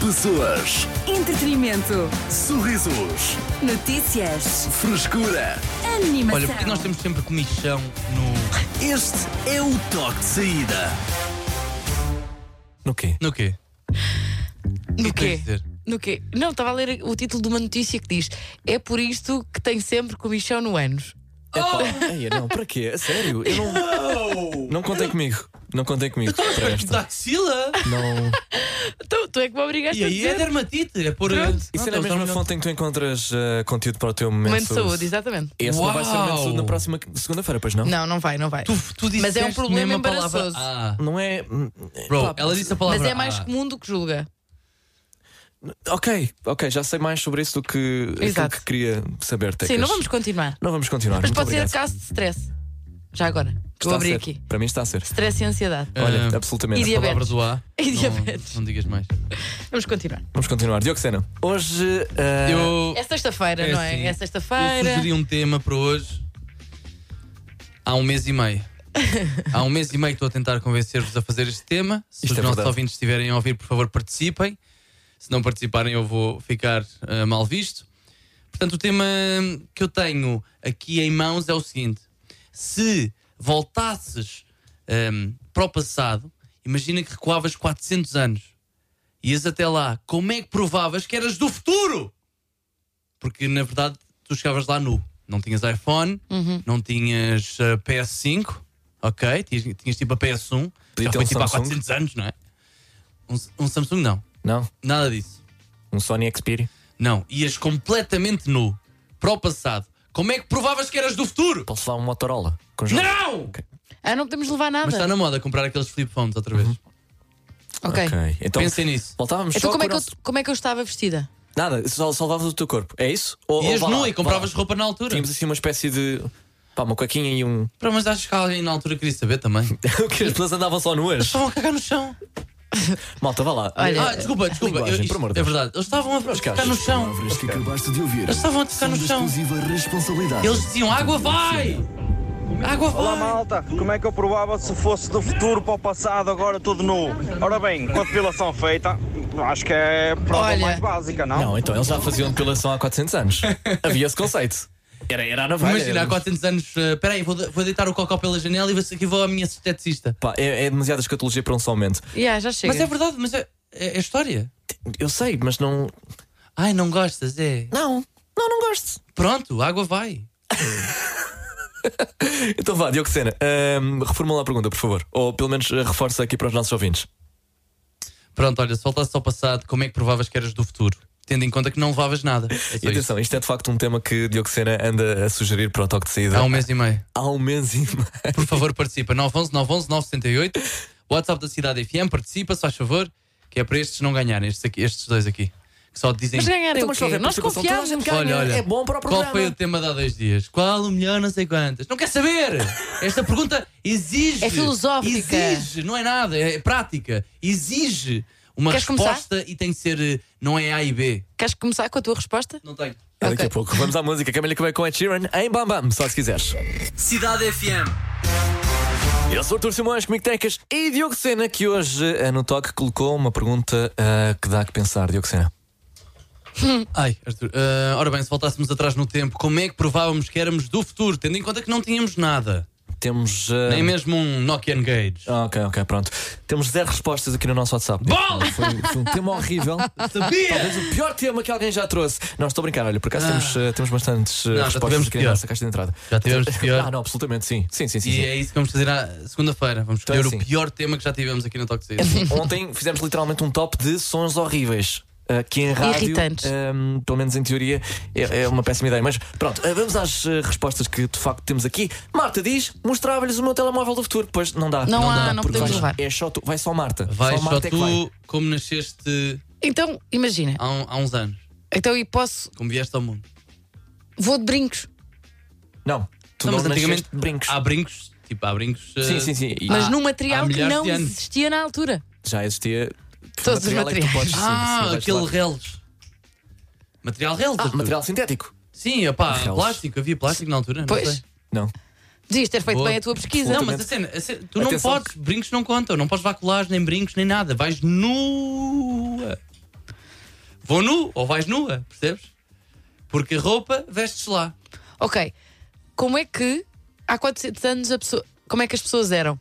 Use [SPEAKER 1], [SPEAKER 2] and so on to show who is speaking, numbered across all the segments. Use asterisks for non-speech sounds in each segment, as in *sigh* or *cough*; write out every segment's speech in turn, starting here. [SPEAKER 1] Pessoas,
[SPEAKER 2] Entretenimento.
[SPEAKER 1] sorrisos,
[SPEAKER 2] Notícias.
[SPEAKER 1] frescura.
[SPEAKER 2] Animação.
[SPEAKER 3] Olha, porque nós temos sempre comichão no.
[SPEAKER 1] Este é o toque de saída.
[SPEAKER 4] No quê?
[SPEAKER 3] No quê?
[SPEAKER 5] No
[SPEAKER 3] O que é que
[SPEAKER 5] quê?
[SPEAKER 3] dizer?
[SPEAKER 5] No quê? Não, estava a ler o título de uma notícia que diz: É por isto que tem sempre comichão no ânus.
[SPEAKER 4] É
[SPEAKER 5] Oh!
[SPEAKER 4] Ei, não, para quê? A sério? Eu não. Não contem comigo. Não contem comigo
[SPEAKER 5] Então,
[SPEAKER 4] para esta.
[SPEAKER 3] Daxila!
[SPEAKER 4] Não.
[SPEAKER 5] Tu, tu é que me obrigaste
[SPEAKER 3] E
[SPEAKER 5] a
[SPEAKER 3] aí é
[SPEAKER 5] dizer.
[SPEAKER 3] dermatite, é por.
[SPEAKER 5] Pronto.
[SPEAKER 4] Isso é na mesma fonte em que tu encontras eh, conteúdo para o teu momento
[SPEAKER 5] então Momento de saúde, exatamente.
[SPEAKER 4] Esse não vai ser momento de saúde na
[SPEAKER 3] Uau!
[SPEAKER 4] próxima segunda-feira, pois não?
[SPEAKER 5] Não, não vai, não vai.
[SPEAKER 3] Tu, tu disseste
[SPEAKER 5] Mas é um problema
[SPEAKER 3] mesmo a palavra
[SPEAKER 5] embaraçoso.
[SPEAKER 3] "ah".
[SPEAKER 4] Não é.
[SPEAKER 3] Bro, ela disse a palavra.
[SPEAKER 5] Mas é mais
[SPEAKER 3] "ah".
[SPEAKER 5] comum do que julga.
[SPEAKER 4] Ok, ok, já sei mais sobre isso do que aquilo
[SPEAKER 5] Exato.
[SPEAKER 4] É que queria saber. Tecas.
[SPEAKER 5] Sim, não vamos continuar.
[SPEAKER 4] Não vamos continuar.
[SPEAKER 5] Mas
[SPEAKER 4] muito
[SPEAKER 5] pode
[SPEAKER 4] obrigado.
[SPEAKER 5] ser caso de stress. Já agora.
[SPEAKER 4] Está
[SPEAKER 5] Vou
[SPEAKER 4] a
[SPEAKER 5] abrir
[SPEAKER 4] ser.
[SPEAKER 5] aqui.
[SPEAKER 4] Para mim está a ser.
[SPEAKER 5] Stress e ansiedade.
[SPEAKER 4] Olha,
[SPEAKER 3] Ah,
[SPEAKER 4] absolutamente.
[SPEAKER 5] e dia-
[SPEAKER 3] Palavra do A.
[SPEAKER 5] E
[SPEAKER 3] Não-
[SPEAKER 5] diabetes.
[SPEAKER 3] Não digas mais.
[SPEAKER 5] Vamos continuar.
[SPEAKER 4] Vamos continuar. Dioxena. Hoje. eh,
[SPEAKER 3] Eu.
[SPEAKER 5] É sexta-feira,
[SPEAKER 3] É
[SPEAKER 5] não é?
[SPEAKER 3] assim.
[SPEAKER 5] É
[SPEAKER 3] Eu
[SPEAKER 5] sexta-feira.
[SPEAKER 3] sugeri um tema para hoje há um mês e meio. Há um mês e meio que estou a tentar convencer-vos a fazer este tema. Se
[SPEAKER 4] Isto
[SPEAKER 3] os
[SPEAKER 4] é
[SPEAKER 3] nossos
[SPEAKER 4] verdade.
[SPEAKER 3] ouvintes estiverem a ouvir, por favor, participem. Se não participarem, eu vou ficar ah, mal visto. Portanto, o tema que eu tenho aqui em mãos é o seguinte: se voltasses ahm, para o passado, imagina que recuavas 400 anos, ias até lá, como é que provavas que eras do futuro? Porque na verdade tu chegavas lá nu. Não tinhas iPhone, não tinhas eh, PS5, ok? Tinhas, tinhas tipo a PS1,
[SPEAKER 4] Podia
[SPEAKER 3] já
[SPEAKER 4] ter
[SPEAKER 3] foi
[SPEAKER 4] um
[SPEAKER 3] tipo há
[SPEAKER 4] Samsung?
[SPEAKER 3] 400 anos, não é? Um, um Samsung não,
[SPEAKER 4] Não,
[SPEAKER 3] nada disso.
[SPEAKER 4] um Sony Xperia.
[SPEAKER 3] Não, ias completamente nu para o passado. Como é que provavas que eras do futuro?
[SPEAKER 4] Posso lá um Motorola. Com jogos.
[SPEAKER 3] Não!
[SPEAKER 5] Ah, não podemos levar
[SPEAKER 3] Mas está
[SPEAKER 5] nada.
[SPEAKER 3] na moda comprar aqueles flip phones outra vez.
[SPEAKER 4] Uhum.
[SPEAKER 5] Ok.
[SPEAKER 4] Ok, então
[SPEAKER 3] Pensem nisso.
[SPEAKER 4] voltávamos
[SPEAKER 5] Então
[SPEAKER 4] só
[SPEAKER 5] como é,
[SPEAKER 4] com
[SPEAKER 5] que
[SPEAKER 4] o
[SPEAKER 5] eu,
[SPEAKER 4] nosso-
[SPEAKER 5] como é que eu estava vestida?
[SPEAKER 4] Nada, só salvavas o teu corpo, é isso? Ou,
[SPEAKER 3] Ias
[SPEAKER 4] vá lá,
[SPEAKER 3] nu e
[SPEAKER 4] vá
[SPEAKER 3] compravas
[SPEAKER 4] lá.
[SPEAKER 3] roupa na altura.
[SPEAKER 4] Tínhamos assim uma espécie de. pá, uma coquinha e um. *laughs*
[SPEAKER 3] Pá, Mas acho que alguém na altura queria saber também.
[SPEAKER 4] que as pessoas andavam só nuas.
[SPEAKER 3] Estavam a cagar no chão.
[SPEAKER 4] Malta, vá lá.
[SPEAKER 5] Olha,
[SPEAKER 3] Ah, desculpa, desculpa.
[SPEAKER 4] É, Linguagem,
[SPEAKER 3] Eu- isto
[SPEAKER 4] por amor de
[SPEAKER 3] é
[SPEAKER 4] Deus.
[SPEAKER 3] verdade. Eles estavam a tocar
[SPEAKER 4] caras.
[SPEAKER 3] no chão.
[SPEAKER 1] Palavras que acabaste de ouvir
[SPEAKER 3] Eles estavam a tocar
[SPEAKER 1] são
[SPEAKER 3] no
[SPEAKER 1] de
[SPEAKER 3] chão.
[SPEAKER 1] exclusiva responsabilidade.
[SPEAKER 3] Eles diziam: água vai! Água
[SPEAKER 6] Olá
[SPEAKER 3] vai!
[SPEAKER 6] malta, como é que eu provava se fosse do futuro para o passado, agora tudo nu? Ora bem, com a depilação feita, acho que é a prova
[SPEAKER 5] Olha.
[SPEAKER 6] mais básica, não?
[SPEAKER 4] Não, então eles já faziam depilação há
[SPEAKER 3] *laughs*
[SPEAKER 4] 400 anos. Havia esse conceito. Era, era a navalha.
[SPEAKER 3] Imagina, há 400 anos. eh, Espera aí, vou, de- vou deitar o cocó pela janela e vou, aqui vou à minha esteticista.
[SPEAKER 4] Pá, é, é demasiada escatologia para um só momento.
[SPEAKER 5] Yeah, já chega.
[SPEAKER 3] Mas é verdade, mas é, é- é história.
[SPEAKER 4] Eu sei, mas não.
[SPEAKER 3] Ai, não gostas, é.
[SPEAKER 4] Não, não, não gosto.
[SPEAKER 3] Pronto, água vai.
[SPEAKER 4] Então vá, Diogo Sena, hum, reformula a pergunta, por favor. Ou pelo menos eh, reforça aqui para os nossos ouvintes.
[SPEAKER 3] Pronto, olha, se voltasses ao passado, como é que provavas que eras do futuro? Tendo em conta que não levavas nada. É só
[SPEAKER 4] *laughs* E
[SPEAKER 3] isso.
[SPEAKER 4] atenção, isto é de facto um tema que Diogo Sena anda a sugerir para o toque de saída
[SPEAKER 3] Há um mês e meio.
[SPEAKER 4] há um mês e meio.
[SPEAKER 3] Por favor, participa. 911 911 978. WhatsApp da Cidade FM, participa, se faz favor. Que é para estes não ganharem, estes, aqui- estes dois aqui. Que só dizem.
[SPEAKER 5] Mas ganharem o
[SPEAKER 4] mas só
[SPEAKER 5] quê?
[SPEAKER 4] ver
[SPEAKER 5] Nós
[SPEAKER 4] participação, toda a
[SPEAKER 5] confiamos.
[SPEAKER 4] gente
[SPEAKER 3] Olha, olha.
[SPEAKER 4] É bom para o
[SPEAKER 3] Qual
[SPEAKER 4] programa.
[SPEAKER 3] foi o tema de há dois dias? Qual o melhor, não sei quantas? Não quer saber! Esta pergunta exige.
[SPEAKER 5] É filosófica.
[SPEAKER 3] Exige, não é nada, é prática. Exige uma
[SPEAKER 5] Queres começar?
[SPEAKER 3] resposta e tem que ser. eh, Não é A e B.
[SPEAKER 5] Queres começar com a tua resposta?
[SPEAKER 3] Não tenho.
[SPEAKER 4] É Daqui
[SPEAKER 5] Ok.
[SPEAKER 4] a pouco. Vamos à música. Camila que vai com Ed Sheeran em Bam Bam, só se quiseres.
[SPEAKER 3] Cidade FM.
[SPEAKER 4] Eu sou o Artur Simões, comigo Tecas e Diogo Sena, que hoje eh, no toque colocou uma pergunta eh, que dá que pensar, Diogo Sena.
[SPEAKER 3] Ai, Arthur. ah, ora bem, se voltássemos atrás no tempo, como é que provávamos que éramos do futuro, tendo em conta que não tínhamos nada?
[SPEAKER 4] Temos. eh,
[SPEAKER 3] Nem mesmo um Nokia Engage.
[SPEAKER 4] Ah, ok, ok, pronto. Temos zero respostas aqui no nosso WhatsApp.
[SPEAKER 3] Bola!
[SPEAKER 4] Foi, foi um tema horrível.
[SPEAKER 3] Sabia!
[SPEAKER 4] Talvez o pior tema que alguém já trouxe. Não, estou a brincar, olha, por acaso temos, eh, temos bastantes eh,
[SPEAKER 3] Ah. Não, já
[SPEAKER 4] respostas
[SPEAKER 3] tivemos
[SPEAKER 4] aqui
[SPEAKER 3] pior.
[SPEAKER 4] na nossa caixa de entrada.
[SPEAKER 3] Já tivemos pior.
[SPEAKER 4] Ah, *laughs* não, absolutamente sim. Sim, sim, sim.
[SPEAKER 3] E
[SPEAKER 4] sim.
[SPEAKER 3] é isso que vamos fazer à segunda-feira. Vamos
[SPEAKER 4] Então é
[SPEAKER 3] escolher o
[SPEAKER 4] assim. É
[SPEAKER 3] pior tema que já tivemos aqui no Toque de Saída.
[SPEAKER 5] *laughs*
[SPEAKER 4] Ontem fizemos literalmente um top de sons horríveis. uh, que em rádio,
[SPEAKER 5] Irritantes.
[SPEAKER 4] um, pelo menos em teoria, é, é uma péssima ideia. Mas pronto, uh, vamos às uh, respostas que de facto temos aqui. Marta diz: mostrava-lhes o meu telemóvel do futuro. Pois não dá.
[SPEAKER 5] Não há,
[SPEAKER 4] dá,
[SPEAKER 5] não
[SPEAKER 4] porque
[SPEAKER 5] podemos
[SPEAKER 4] vai,
[SPEAKER 5] levar.
[SPEAKER 4] É só tu, vai só Marta.
[SPEAKER 3] Vai só,
[SPEAKER 4] Marta é que vai.
[SPEAKER 3] tu, como nasceste
[SPEAKER 5] Então, imagina.
[SPEAKER 3] há, um- há uns anos,
[SPEAKER 5] Então, e posso.
[SPEAKER 3] como vieste ao mundo.
[SPEAKER 5] Vou de brincos.
[SPEAKER 4] Não, tu
[SPEAKER 3] Não,
[SPEAKER 4] não,
[SPEAKER 3] mas
[SPEAKER 4] nasceste de brincos.
[SPEAKER 3] Há brincos, tipo, há brincos. eh,
[SPEAKER 4] Sim, sim, sim. E
[SPEAKER 5] Mas
[SPEAKER 3] Há-
[SPEAKER 5] num
[SPEAKER 3] há
[SPEAKER 5] material que
[SPEAKER 3] milhares
[SPEAKER 5] não
[SPEAKER 3] de anos.
[SPEAKER 5] existia na altura.
[SPEAKER 4] Já existia.
[SPEAKER 5] Todos os
[SPEAKER 4] material é que tu
[SPEAKER 5] *laughs* materiais.
[SPEAKER 4] podes- sim, sim,
[SPEAKER 3] Ah,
[SPEAKER 4] vais
[SPEAKER 3] aquele
[SPEAKER 4] lá.
[SPEAKER 3] reles. Material reles.
[SPEAKER 4] Ah,
[SPEAKER 3] Arthur.
[SPEAKER 4] material sintético.
[SPEAKER 3] Sim, opá,
[SPEAKER 4] Reles.
[SPEAKER 3] plástico. Havia plástico na altura, não
[SPEAKER 5] Pois.
[SPEAKER 3] sei.
[SPEAKER 4] Não.
[SPEAKER 5] Devias ter feito
[SPEAKER 3] Boa.
[SPEAKER 5] bem a tua pesquisa.
[SPEAKER 3] Não,
[SPEAKER 5] Não,
[SPEAKER 3] mas a cena, a cena- tu não
[SPEAKER 4] Atenção
[SPEAKER 3] podes, brincos não contam, não podes levar colares, nem brincos, nem nada, vais nua. Vou nu ou vais nua, percebes? Porque a roupa vestes lá.
[SPEAKER 5] Ok. Como é que há 400 anos a pessoa. Como é que as pessoas eram?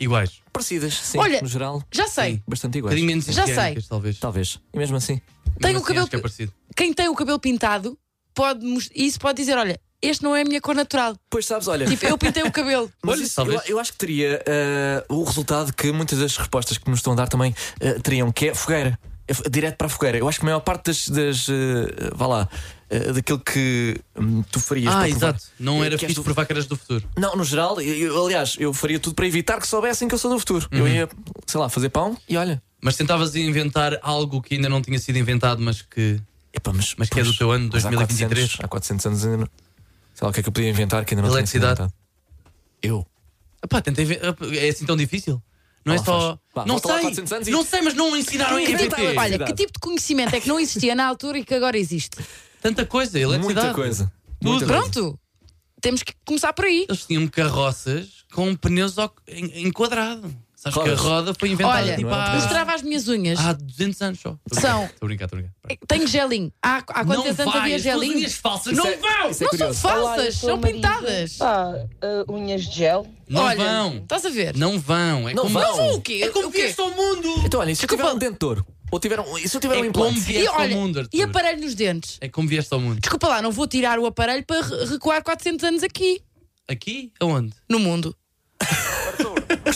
[SPEAKER 3] Iguais.
[SPEAKER 4] Parecidas, sim,
[SPEAKER 5] Olha,
[SPEAKER 4] no geral.
[SPEAKER 5] Já sei.
[SPEAKER 3] Um
[SPEAKER 4] Bastante iguais.
[SPEAKER 3] bocadinho menos
[SPEAKER 5] Já sei.
[SPEAKER 3] higiênicas, talvez.
[SPEAKER 4] Talvez. E mesmo assim.
[SPEAKER 5] Tenho
[SPEAKER 3] Mesmo
[SPEAKER 5] o
[SPEAKER 3] assim,
[SPEAKER 5] cabelo
[SPEAKER 3] acho que é
[SPEAKER 5] pe-
[SPEAKER 3] parecido.
[SPEAKER 5] Quem tem o cabelo pintado pode mos- isso pode dizer: olha, este não é a minha cor natural.
[SPEAKER 4] Pois sabes, olha.
[SPEAKER 5] Tipo, eu pintei
[SPEAKER 3] *laughs*
[SPEAKER 5] o cabelo.
[SPEAKER 4] Mas
[SPEAKER 3] Olha,
[SPEAKER 4] isso, eu,
[SPEAKER 3] talvez.
[SPEAKER 4] eu acho que teria eh, o resultado que muitas das respostas que nos estão a dar também eh, teriam, que é fogueira. É f- Direto para a fogueira. Eu acho que a maior parte das. das eh, vá lá. eh, daquilo que hum, tu farias.
[SPEAKER 3] Ah,
[SPEAKER 4] para provar-
[SPEAKER 3] exato. Não
[SPEAKER 4] Eh,
[SPEAKER 3] era
[SPEAKER 4] que és
[SPEAKER 3] fixe
[SPEAKER 4] do-
[SPEAKER 3] provar que eras do futuro.
[SPEAKER 4] Não, no geral, eu- eu- aliás, eu faria tudo para evitar que soubessem que eu sou do futuro.
[SPEAKER 3] Uhum.
[SPEAKER 4] Eu ia, sei lá, fazer pão e olha.
[SPEAKER 3] Mas tentavas inventar algo que ainda não tinha sido inventado, mas que.
[SPEAKER 4] Epá, mas,
[SPEAKER 3] Mas que é do teu ano,
[SPEAKER 4] mas há
[SPEAKER 3] 2023.
[SPEAKER 4] 400 Há 400, anos ainda não. Sei lá o que é que eu podia inventar que ainda não tinha sido
[SPEAKER 3] Eletricidade.
[SPEAKER 4] inventado. Eu.
[SPEAKER 3] Epá, tenta inven- É assim tão difícil? Não é
[SPEAKER 4] lá,
[SPEAKER 3] só.
[SPEAKER 4] faz. Vá,
[SPEAKER 3] não
[SPEAKER 4] volta lá
[SPEAKER 3] sei!
[SPEAKER 4] 400 anos e-
[SPEAKER 3] Não sei, mas não é ensinaram em
[SPEAKER 5] Que tipo-
[SPEAKER 3] RTP.
[SPEAKER 5] olha, que tipo de conhecimento é que não existia na altura e que agora existe?
[SPEAKER 3] Tanta coisa, eletricidade.
[SPEAKER 4] Muita coisa.
[SPEAKER 3] Tudo.
[SPEAKER 4] Muita coisa.
[SPEAKER 5] Pronto, temos que começar por aí.
[SPEAKER 3] Eles tinham carroças com pneus ao- em, em quadrado. Sabes
[SPEAKER 4] Rodas.
[SPEAKER 3] que a roda foi inventada
[SPEAKER 5] Olha,
[SPEAKER 3] tipo,
[SPEAKER 4] não era um
[SPEAKER 3] há, Ah,
[SPEAKER 5] Mostrava as minhas unhas.
[SPEAKER 3] há 200 anos só. Tô a brincar,
[SPEAKER 5] São-
[SPEAKER 3] Tô a brincar, tô a brincar.
[SPEAKER 5] Tenho gelinho. Há, há
[SPEAKER 3] Não
[SPEAKER 5] quantos anos
[SPEAKER 3] vai,
[SPEAKER 5] havia
[SPEAKER 3] as tuas
[SPEAKER 5] gelinho?
[SPEAKER 3] unhas falsas não
[SPEAKER 4] Isso é-
[SPEAKER 3] vão!
[SPEAKER 4] isso é
[SPEAKER 5] Não são
[SPEAKER 4] curioso.
[SPEAKER 7] Olá, eu
[SPEAKER 5] falsas,
[SPEAKER 7] sou
[SPEAKER 5] são
[SPEAKER 7] a Marisa.
[SPEAKER 5] pintadas.
[SPEAKER 7] Pá, ah, unhas de gel.
[SPEAKER 3] Não
[SPEAKER 5] Olha,
[SPEAKER 3] vão!
[SPEAKER 5] Estás a ver?
[SPEAKER 3] Não vão! É
[SPEAKER 4] Não
[SPEAKER 3] como,
[SPEAKER 4] vão.
[SPEAKER 5] O quê?
[SPEAKER 3] É como
[SPEAKER 5] o quê?
[SPEAKER 3] vieste ao mundo!
[SPEAKER 4] Então, olha, e se eu
[SPEAKER 5] Desculpa.
[SPEAKER 4] tiver um dente de ouro? Ou tiveram, e se eu tiver um
[SPEAKER 3] É como *laughs*
[SPEAKER 4] implante?
[SPEAKER 5] E,
[SPEAKER 3] vieste ao
[SPEAKER 5] olha,
[SPEAKER 3] mundo, Arthur.
[SPEAKER 5] e aparelho nos dentes?
[SPEAKER 3] É como vieste ao mundo.
[SPEAKER 5] Desculpa lá, não vou tirar o aparelho para re- recuar 400 anos aqui,
[SPEAKER 3] Aqui? Aonde?
[SPEAKER 5] no mundo.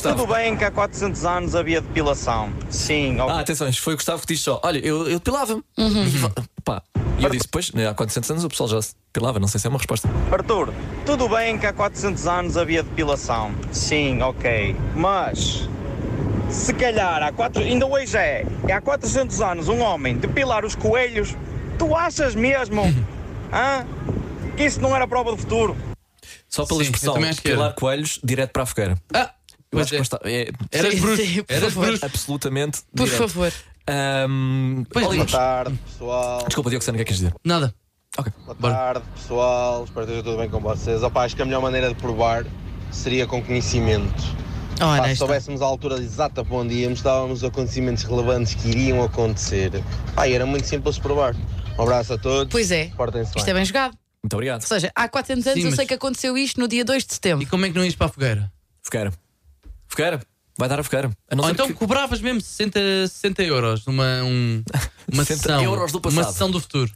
[SPEAKER 6] Tudo bem que há 400 anos havia depilação. Sim,
[SPEAKER 4] Ah, atenção, isto foi o Gustavo que disse só: olha, eu, eu depilava-me.
[SPEAKER 3] Uhum.
[SPEAKER 4] E fa- Pá. E eu disse: pois, né, há 400 anos o pessoal já se depilava, não sei se é uma resposta.
[SPEAKER 6] Arthur, tudo bem que há 400 anos havia depilação. Sim, ok. Mas, se calhar há quatro, ainda hoje é, há 400 anos um homem depilar os coelhos, tu achas mesmo? hã? Que isso não era prova do futuro?
[SPEAKER 4] Só pela
[SPEAKER 3] Sim, eu
[SPEAKER 4] expressão:
[SPEAKER 3] também acho que
[SPEAKER 4] depilar
[SPEAKER 3] era.
[SPEAKER 4] coelhos direto para a fogueira.
[SPEAKER 3] Ah!
[SPEAKER 4] Eu
[SPEAKER 3] pois
[SPEAKER 4] acho que
[SPEAKER 3] é.
[SPEAKER 4] gostava. É,
[SPEAKER 3] Eras
[SPEAKER 5] Sim,
[SPEAKER 3] bruxo.
[SPEAKER 5] sim, por
[SPEAKER 3] Eras
[SPEAKER 5] favor.
[SPEAKER 3] bruxo.
[SPEAKER 4] absolutamente.
[SPEAKER 5] Por
[SPEAKER 4] direto.
[SPEAKER 5] favor.
[SPEAKER 4] Ahm,
[SPEAKER 3] Pois,
[SPEAKER 4] Olivas.
[SPEAKER 3] boa
[SPEAKER 8] tarde, pessoal.
[SPEAKER 4] Desculpa, Diogo Sano, o que é que queres dizer?
[SPEAKER 3] Nada.
[SPEAKER 4] Ok.
[SPEAKER 8] Boa
[SPEAKER 3] Bora.
[SPEAKER 8] tarde, pessoal. Espero que esteja tudo bem com vocês. Opa, acho que a melhor maneira de provar seria com conhecimento. Pá,
[SPEAKER 5] Ora,
[SPEAKER 8] se
[SPEAKER 5] Ah, está.
[SPEAKER 8] soubéssemos a altura exata para onde íamos, estávamos acontecimentos relevantes que iriam acontecer. Pá, e era muito simples de provar. Um abraço a todos.
[SPEAKER 5] Pois é.
[SPEAKER 8] Portem-se bem.
[SPEAKER 5] Isto é bem jogado.
[SPEAKER 4] Muito obrigado.
[SPEAKER 5] Ou seja, há 400 anos
[SPEAKER 3] Sim,
[SPEAKER 5] eu
[SPEAKER 3] mas-
[SPEAKER 5] sei que aconteceu isto no dia 2 de
[SPEAKER 3] E
[SPEAKER 5] setembro.
[SPEAKER 3] como é que não ias para a fogueira?
[SPEAKER 4] Fogueira. Fogueira. Vai dar a fogueira. A não
[SPEAKER 3] Ou
[SPEAKER 4] ser
[SPEAKER 3] então
[SPEAKER 4] que-
[SPEAKER 3] cobravas mesmo 60, 60 euros numa
[SPEAKER 4] *laughs*
[SPEAKER 3] um, uma
[SPEAKER 4] 60
[SPEAKER 3] sessão,
[SPEAKER 4] euros do
[SPEAKER 3] uma
[SPEAKER 4] passado.
[SPEAKER 3] sessão do futuro.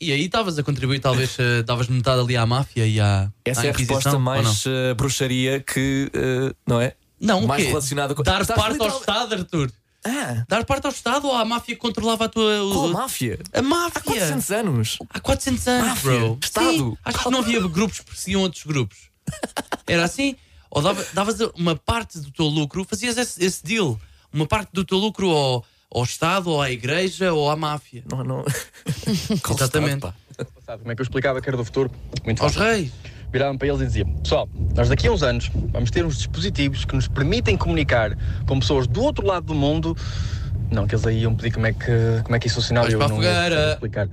[SPEAKER 3] E aí estavas a contribuir, talvez eh, davas metade ali à máfia e à.
[SPEAKER 4] Essa
[SPEAKER 3] à
[SPEAKER 4] é a
[SPEAKER 3] Ah, Inquisição,
[SPEAKER 4] resposta
[SPEAKER 3] ou
[SPEAKER 4] mais eh, bruxaria que. eh, não é?
[SPEAKER 3] Não, o
[SPEAKER 4] mais
[SPEAKER 3] quê?
[SPEAKER 4] relacionada com.
[SPEAKER 3] Dar
[SPEAKER 4] Estás
[SPEAKER 3] parte ao
[SPEAKER 4] literal-
[SPEAKER 3] Estado, Arthur.
[SPEAKER 4] Ah,
[SPEAKER 3] Dar parte ao Estado ou à máfia que controlava a tua. o-
[SPEAKER 4] qual a máfia?
[SPEAKER 3] a máfia!
[SPEAKER 4] Há 400 anos.
[SPEAKER 3] Há 400 anos,
[SPEAKER 4] Máfia.
[SPEAKER 3] bro.
[SPEAKER 4] Estado.
[SPEAKER 3] Sim, acho que não havia grupos que perseguiam outros grupos. Era assim? Ou dava- davas uma parte do teu lucro, fazias esse, esse deal. Uma parte do teu lucro ao, ao Estado, ou à Igreja, ou à máfia.
[SPEAKER 4] Não, não. Qual
[SPEAKER 3] Exatamente.
[SPEAKER 4] estado, pá?
[SPEAKER 9] passado. Como é que eu explicava que era do futuro? Muito
[SPEAKER 3] Aos
[SPEAKER 9] fácil.
[SPEAKER 3] reis.
[SPEAKER 9] Virava para eles e dizia: Pessoal, nós daqui a uns anos vamos ter uns dispositivos que nos permitem comunicar com pessoas do outro lado do mundo. Não, que eles aí iam pedir como é que, como é que isso funcionava.
[SPEAKER 3] Vais
[SPEAKER 9] eu
[SPEAKER 3] para a
[SPEAKER 9] não ia
[SPEAKER 3] fogueira.
[SPEAKER 9] saber explicar.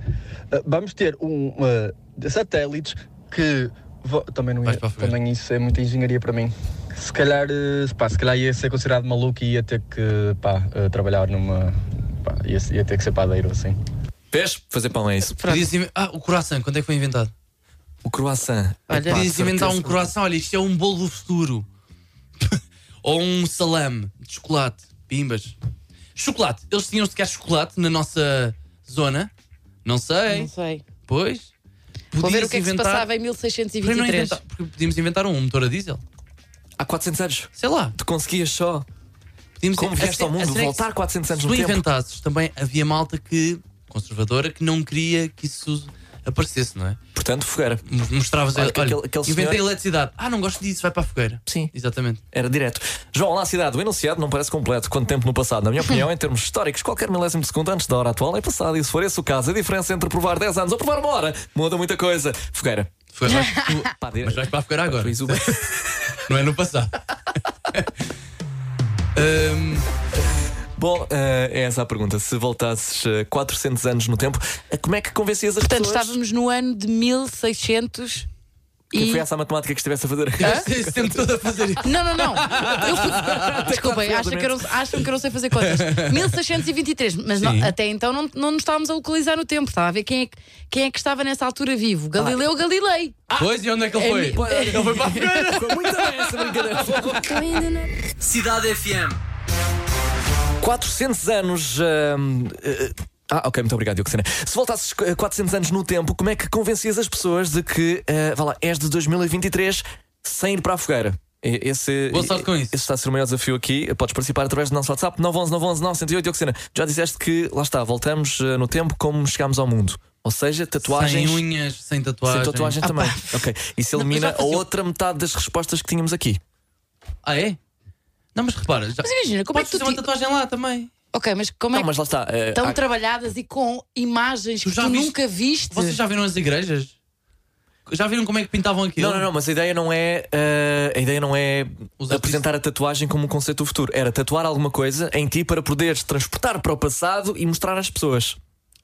[SPEAKER 9] Ah, vamos ter um ah, de satélites que. vo- Também, não
[SPEAKER 3] Vais
[SPEAKER 9] ia,
[SPEAKER 3] para a fogueira.
[SPEAKER 9] também isso é muita engenharia para mim. Se calhar, ah, pá, se calhar ia ser considerado maluco e ia ter que pá, ah, trabalhar numa. Pá, ia, ia ter que ser padeiro assim.
[SPEAKER 4] Vês? Fazer pão é isso.
[SPEAKER 3] Podias inven- Ah, o croissant, quando é que foi inventado?
[SPEAKER 4] O croissant.
[SPEAKER 5] Olha,
[SPEAKER 4] Epá, de
[SPEAKER 3] Podias inventar um
[SPEAKER 4] certeza.
[SPEAKER 3] croissant, olha, isto é um bolo do futuro. *laughs* Ou um salame de chocolate, pimbas. Chocolate, eles tinham sequer chocolate na nossa zona? Não sei,
[SPEAKER 5] Não sei.
[SPEAKER 3] pois.
[SPEAKER 5] Vou ver
[SPEAKER 3] Podias
[SPEAKER 5] o que é que se
[SPEAKER 3] é inventar-
[SPEAKER 5] passava em
[SPEAKER 3] Para não
[SPEAKER 5] 1623.
[SPEAKER 3] inventar, porque podíamos inventar um motor a diesel.
[SPEAKER 4] Há 400 anos.
[SPEAKER 3] Sei lá.
[SPEAKER 4] Tu conseguias só.
[SPEAKER 3] Podíamos
[SPEAKER 4] Como vieste ao mundo, voltar 400 anos
[SPEAKER 3] Se
[SPEAKER 4] no
[SPEAKER 3] tu
[SPEAKER 4] tempo.
[SPEAKER 3] inventasses, também havia malta que, conservadora, que não queria que isso aparecesse, não é?
[SPEAKER 4] Portanto, fogueira.
[SPEAKER 3] Mos- Mostravas,
[SPEAKER 4] Olha,
[SPEAKER 3] olha,
[SPEAKER 4] que aquele- aquele
[SPEAKER 3] inventei
[SPEAKER 4] senhor-
[SPEAKER 3] eletricidade. Ah, não gosto disso, vai para a fogueira.
[SPEAKER 4] Sim.
[SPEAKER 3] Exatamente.
[SPEAKER 4] Era direto. João, lá a cidade, o enunciado não parece completo. Quanto tempo no passado? Na minha opinião, em termos históricos, qualquer milésimo de segundo antes da hora atual é passado. E se for esse o caso, a diferença entre provar 10 anos ou provar uma hora muda muita coisa. Fogueira.
[SPEAKER 3] Foi, mas,
[SPEAKER 4] *laughs*
[SPEAKER 3] tu-
[SPEAKER 4] Pá, dire-
[SPEAKER 3] mas vais para a fogueira agora.
[SPEAKER 4] Fiz o-
[SPEAKER 3] Não é no passado. *laughs* Hum,
[SPEAKER 4] Bom, eh, é essa a pergunta. Se voltasses eh, 400 anos no tempo, eh, como é que convencias as
[SPEAKER 5] Portanto,
[SPEAKER 4] pessoas?
[SPEAKER 5] estávamos no ano de 1600.
[SPEAKER 4] Que
[SPEAKER 5] E-
[SPEAKER 4] foi essa a matemática que estivesse a fazer.
[SPEAKER 3] *laughs* Esse tempo todo a fazer isso.
[SPEAKER 5] Não, não, não. Eu
[SPEAKER 3] *laughs*
[SPEAKER 5] fui... Desculpem, acham que, eu não, acham que eu não sei fazer contas. 1623, mas não-
[SPEAKER 3] Sim.
[SPEAKER 5] até então não, não nos estávamos a localizar no tempo. Estava a ver quem é, que- quem é que estava nessa altura vivo.
[SPEAKER 3] Ah.
[SPEAKER 5] Galileu Galilei.
[SPEAKER 4] Ah!
[SPEAKER 3] Pois, e onde é que ele foi? Ele foi
[SPEAKER 4] *laughs*
[SPEAKER 3] para a feira.
[SPEAKER 4] Ficou muito bem essa brincadeira.
[SPEAKER 1] Cidade FM.
[SPEAKER 4] 400 anos. hum, eh, ah, ok, muito obrigado, Diocesana. Se voltasses eh, 400 anos no tempo, como é que convencias as pessoas de que, eh, vá lá, és de 2023 sem ir para a fogueira? E- Esse,
[SPEAKER 3] Boa sorte com isso.
[SPEAKER 4] Esse está a ser o maior desafio aqui. Podes participar através do nosso WhatsApp 911 911 908 Diocesana. Já disseste que, lá está, voltamos eh, no tempo como chegámos ao mundo. Ou seja,
[SPEAKER 3] Sem
[SPEAKER 4] tatuagens.
[SPEAKER 3] um unhas, sem
[SPEAKER 4] sem
[SPEAKER 3] tatuagem.
[SPEAKER 4] tatuagem também. Ok. Isso elimina
[SPEAKER 5] já
[SPEAKER 4] a
[SPEAKER 5] fazia-
[SPEAKER 4] outra metade das respostas que tínhamos aqui.
[SPEAKER 3] Ah, é? Não, mas repara, já...
[SPEAKER 5] Mas imagina, como é
[SPEAKER 3] podes
[SPEAKER 5] que tu.
[SPEAKER 3] fazer uma
[SPEAKER 5] Ti...
[SPEAKER 3] tatuagem lá também.
[SPEAKER 5] Ok, mas como é
[SPEAKER 4] Não,
[SPEAKER 5] que
[SPEAKER 4] mas lá está. eh,
[SPEAKER 5] estão
[SPEAKER 4] há-
[SPEAKER 5] trabalhadas e com imagens
[SPEAKER 3] Tu
[SPEAKER 5] que
[SPEAKER 3] Ah. já
[SPEAKER 5] tu
[SPEAKER 3] viste-
[SPEAKER 5] nunca viste?
[SPEAKER 3] Vocês já viram as igrejas? Já viram como é que pintavam aquilo?
[SPEAKER 4] Não, não, não, mas a ideia não é, eh, a ideia não é
[SPEAKER 3] Os
[SPEAKER 4] apresentar a tatuagem como um conceito do futuro. Era tatuar alguma coisa em ti para poderes transportar para o passado e mostrar às pessoas.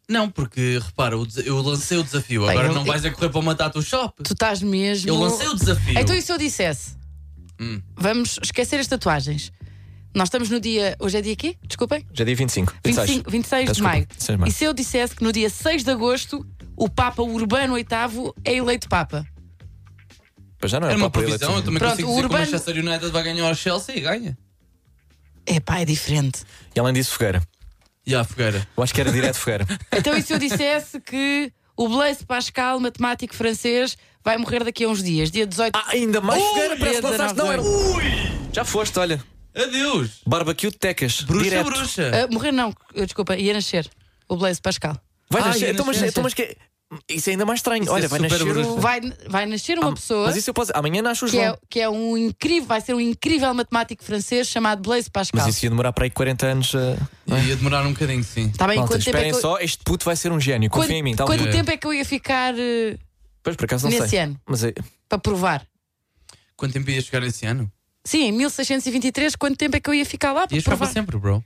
[SPEAKER 3] Não, porque repara, o desa- eu lancei o desafio.
[SPEAKER 5] Bem,
[SPEAKER 3] Agora
[SPEAKER 5] eu-
[SPEAKER 3] não vais a correr para uma tattoo shop.
[SPEAKER 5] Tu estás mesmo.
[SPEAKER 3] Eu lancei o desafio.
[SPEAKER 5] Então e se eu dissesse?
[SPEAKER 3] Hum.
[SPEAKER 5] Vamos esquecer as tatuagens. Nós estamos no dia. Hoje é dia quê? Desculpem?
[SPEAKER 4] Já é dia 25.
[SPEAKER 5] 25, 26 de
[SPEAKER 4] Desculpa,
[SPEAKER 5] maio.
[SPEAKER 4] 26 de maio.
[SPEAKER 5] E se eu dissesse que no dia 6 de agosto o Papa Urbano VIII é eleito Papa?
[SPEAKER 4] Pois já não é
[SPEAKER 3] Era uma
[SPEAKER 4] Papa eleito.
[SPEAKER 3] previsão, eu também
[SPEAKER 5] Pronto,
[SPEAKER 3] consigo
[SPEAKER 5] o
[SPEAKER 3] dizer
[SPEAKER 5] Urbano-
[SPEAKER 3] que o Manchester United vai ganhar ao Chelsea e ganha.
[SPEAKER 5] Epá, é diferente.
[SPEAKER 4] E além disso, fogueira.
[SPEAKER 3] E a fogueira.
[SPEAKER 4] Eu acho que era direto
[SPEAKER 3] *laughs*
[SPEAKER 4] fogueira.
[SPEAKER 5] Então e se eu dissesse que o Blaise Pascal, matemático francês, vai morrer daqui a uns dias? Dia 18
[SPEAKER 4] Ah, ainda mais fogueira, parece que
[SPEAKER 3] é
[SPEAKER 5] dia
[SPEAKER 4] lançaste. Não, era...
[SPEAKER 5] 19
[SPEAKER 4] Já foste, olha.
[SPEAKER 3] Adeus!
[SPEAKER 4] Barbecue de Tecas.
[SPEAKER 3] Bruxa,
[SPEAKER 4] direto.
[SPEAKER 3] bruxa!
[SPEAKER 5] Ah, morrer não, eu, desculpa, ia nascer. O Blaise Pascal.
[SPEAKER 4] Vai
[SPEAKER 3] Ah,
[SPEAKER 4] nascer.
[SPEAKER 3] ia
[SPEAKER 4] Então, mas,
[SPEAKER 3] nascer.
[SPEAKER 4] então, mas que... Isso é ainda mais estranho.
[SPEAKER 3] Isso
[SPEAKER 4] olha,
[SPEAKER 3] é
[SPEAKER 4] vai
[SPEAKER 3] super
[SPEAKER 4] nascer. o-
[SPEAKER 3] bruxa.
[SPEAKER 5] Vai, vai nascer uma pessoa.
[SPEAKER 4] Ah, Mas isso eu posso. Amanhã nasce o
[SPEAKER 5] que
[SPEAKER 4] João.
[SPEAKER 5] é, que é um incrível, vai ser um incrível matemático francês chamado Blaise Pascal.
[SPEAKER 4] Mas isso ia demorar para aí 40 anos. eh,
[SPEAKER 5] Ah.
[SPEAKER 3] Ia demorar um bocadinho, sim.
[SPEAKER 5] Está bem,
[SPEAKER 4] Malta,
[SPEAKER 5] quanto tempo é
[SPEAKER 4] esperem
[SPEAKER 5] que eu,
[SPEAKER 4] só, este puto vai ser um gênio.
[SPEAKER 5] quanto,
[SPEAKER 4] Confiem em mim. Tá
[SPEAKER 5] quanto
[SPEAKER 4] bom?
[SPEAKER 5] tempo é que eu ia ficar eh,
[SPEAKER 4] Pois, por acaso não
[SPEAKER 5] nesse
[SPEAKER 4] sei.
[SPEAKER 5] ano
[SPEAKER 4] Mas eh,
[SPEAKER 5] para provar?
[SPEAKER 3] Quanto tempo ias chegar esse ano?
[SPEAKER 5] Sim, em 1623, quanto tempo é que eu ia ficar lá para
[SPEAKER 3] Ias ficar
[SPEAKER 5] provar?
[SPEAKER 3] para sempre, bro.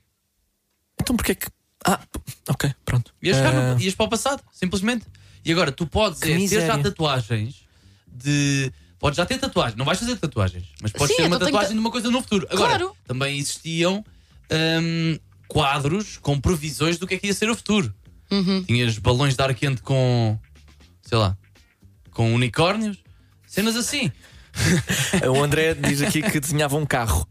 [SPEAKER 4] então porquê que. Ah, p- ok, pronto.
[SPEAKER 3] Ias, ficar no-
[SPEAKER 4] Eh,
[SPEAKER 3] ias para o passado, simplesmente. E agora, tu podes
[SPEAKER 4] Que
[SPEAKER 3] é, ter
[SPEAKER 4] miséria.
[SPEAKER 3] já tatuagens de. Podes já ter tatuagens, não vais fazer tatuagens, mas podes
[SPEAKER 5] Sim,
[SPEAKER 3] ter uma
[SPEAKER 5] então tenho
[SPEAKER 3] tatuagem
[SPEAKER 5] ta-
[SPEAKER 3] de uma coisa no futuro. Agora,
[SPEAKER 5] Claro.
[SPEAKER 3] também existiam hum, quadros com previsões do que é que ia ser o futuro. Tinhas balões de ar quente com. sei lá. com unicórnios, cenas assim.
[SPEAKER 4] Eh, O André diz aqui que desenhava um carro.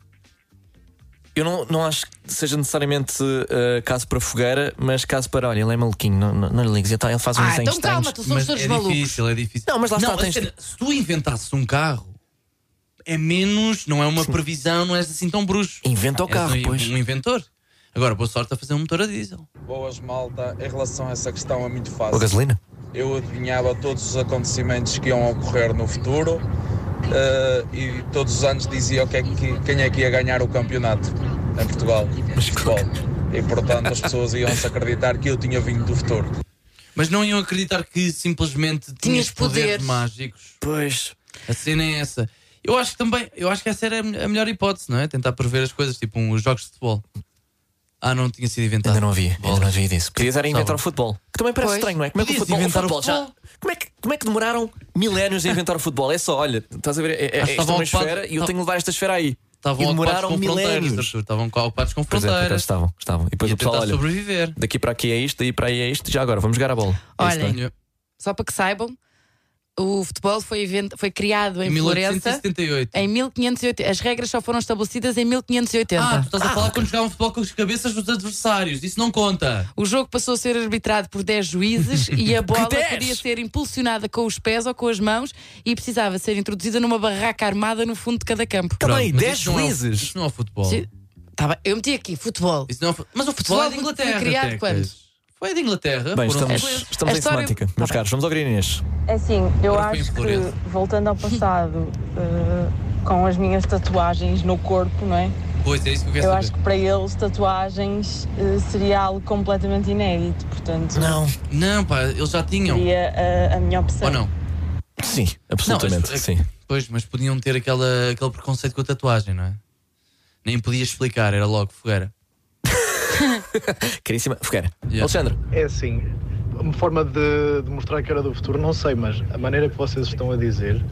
[SPEAKER 4] Eu não, não acho que seja necessariamente eh, caso para fogueira, mas caso para. Olha, ele é maluquinho, não, não, não lhe ligues. Então ele faz uns
[SPEAKER 5] Ah,
[SPEAKER 4] desenhos
[SPEAKER 5] então calma,
[SPEAKER 4] estranhos.
[SPEAKER 5] tu somos
[SPEAKER 3] mas
[SPEAKER 5] todos
[SPEAKER 3] é
[SPEAKER 5] malucos.
[SPEAKER 3] difícil, é difícil.
[SPEAKER 4] Não, mas lá está,
[SPEAKER 3] a
[SPEAKER 4] tens-
[SPEAKER 3] cena, se tu inventasses um carro, é menos, não é uma previsão, não és assim tão bruxo.
[SPEAKER 4] Inventa o
[SPEAKER 3] És
[SPEAKER 4] carro,
[SPEAKER 3] um,
[SPEAKER 4] pois.
[SPEAKER 3] um inventor. Agora, boa sorte a fazer um motor a diesel.
[SPEAKER 6] Boas, malta. Em relação a essa questão é muito
[SPEAKER 4] Ou
[SPEAKER 6] fácil.
[SPEAKER 4] gasolina?
[SPEAKER 6] Eu adivinhava todos os acontecimentos que iam ocorrer no futuro eh, e todos os anos dizia o que é que- quem é que ia ganhar o campeonato em Portugal. de futebol. E portanto as pessoas iam-se acreditar que eu tinha vindo do futuro.
[SPEAKER 3] Mas não iam acreditar que simplesmente tinhas,
[SPEAKER 5] Tinhas
[SPEAKER 3] poderes.
[SPEAKER 5] poderes.
[SPEAKER 3] mágicos.
[SPEAKER 4] Pois.
[SPEAKER 3] A cena é essa. Eu acho que também, eu acho que essa era a me- a melhor hipótese, não é? Tentar prever as coisas, tipo uns jogos de futebol. Ah, não tinha sido inventado.
[SPEAKER 4] Ainda não havia, ainda
[SPEAKER 3] Bolas.
[SPEAKER 4] não havia disso. Podias era inventar
[SPEAKER 3] Sabe.
[SPEAKER 4] o futebol. Que também parece
[SPEAKER 5] Pois.
[SPEAKER 4] estranho, não é? Como é que o
[SPEAKER 3] Podias
[SPEAKER 4] futebol, o
[SPEAKER 3] inventar o
[SPEAKER 4] futebol já.
[SPEAKER 3] futebol.
[SPEAKER 4] Como é, que, como é que demoraram milénios a inventar o futebol? É só, olha, estás a ver? É, é,
[SPEAKER 3] Acho que
[SPEAKER 4] esta é
[SPEAKER 3] estavam
[SPEAKER 4] uma
[SPEAKER 3] ocupados-
[SPEAKER 4] esfera e eu
[SPEAKER 3] estavam-
[SPEAKER 4] tenho de levar esta esfera aí.
[SPEAKER 3] Estavam
[SPEAKER 4] e
[SPEAKER 3] ocupados
[SPEAKER 4] demoraram
[SPEAKER 3] com fronteiras,
[SPEAKER 4] milénios. é,
[SPEAKER 3] Arthur. Estavam ocupados com
[SPEAKER 4] Por exemplo, por acaso
[SPEAKER 3] fronteiras.
[SPEAKER 4] estavam, estavam. E depois
[SPEAKER 3] E a
[SPEAKER 4] o pessoal,
[SPEAKER 3] tentar
[SPEAKER 4] olha,
[SPEAKER 3] sobreviver.
[SPEAKER 4] daqui para aqui é isto, daí para aí é isto, já agora, vamos jogar a bola. É isto,
[SPEAKER 5] Olha,
[SPEAKER 4] não é?
[SPEAKER 5] Só para que saibam, o futebol foi, invent- foi criado em
[SPEAKER 3] Em
[SPEAKER 5] Florença
[SPEAKER 3] 1878.
[SPEAKER 5] em 1580. As regras só foram estabelecidas em 1580.
[SPEAKER 3] Ah, tu estás a falar quando jogavam futebol com as cabeças dos adversários. Isso não conta.
[SPEAKER 5] O jogo passou a ser arbitrado por 10 juízes e a
[SPEAKER 3] *laughs*
[SPEAKER 5] bola
[SPEAKER 4] 10?
[SPEAKER 5] podia ser impulsionada com os pés ou com as mãos e precisava ser introduzida numa barraca armada no fundo de cada campo.
[SPEAKER 4] Também,
[SPEAKER 3] mas
[SPEAKER 4] 10
[SPEAKER 3] isso não é o-
[SPEAKER 4] juízes.
[SPEAKER 3] Isso não é o futebol.
[SPEAKER 5] Sim. Tá bem, eu meti aqui futebol.
[SPEAKER 3] Isso não é o fu- mas o futebol,
[SPEAKER 5] futebol
[SPEAKER 3] é de Inglaterra.
[SPEAKER 5] foi criado
[SPEAKER 3] Tecas.
[SPEAKER 5] quando?
[SPEAKER 3] Foi de Inglaterra.
[SPEAKER 4] Bem,
[SPEAKER 3] foram
[SPEAKER 4] estamos,
[SPEAKER 3] ingleses.
[SPEAKER 4] estamos
[SPEAKER 5] A
[SPEAKER 4] em
[SPEAKER 5] história-
[SPEAKER 4] semântica, meus caros, vamos ao Grininês.
[SPEAKER 7] É assim, eu
[SPEAKER 3] Agora foi
[SPEAKER 7] acho
[SPEAKER 3] em
[SPEAKER 7] que
[SPEAKER 3] Florença.
[SPEAKER 7] voltando ao passado, eh, com as minhas tatuagens no corpo, não é?
[SPEAKER 3] Pois é, isso que eu quero
[SPEAKER 7] Eu
[SPEAKER 3] saber.
[SPEAKER 7] acho que para eles tatuagens eh, seria algo completamente inédito, portanto
[SPEAKER 4] Não.
[SPEAKER 3] Não, pá, eles já tinham.
[SPEAKER 7] seria eh, a, a minha opção.
[SPEAKER 3] Ou não?
[SPEAKER 4] Sim, absolutamente,
[SPEAKER 3] Não, as-
[SPEAKER 4] sim.
[SPEAKER 3] Pois, mas podiam ter aquela, aquele preconceito com a tatuagem, não é? Nem podias explicar, era logo fogueira.
[SPEAKER 4] Caríssima. Fogueira.
[SPEAKER 3] Yeah.
[SPEAKER 4] Alexandre,
[SPEAKER 6] É assim,
[SPEAKER 10] uma forma de, de mostrar que era do futuro, não sei, mas a maneira que vocês estão a dizer,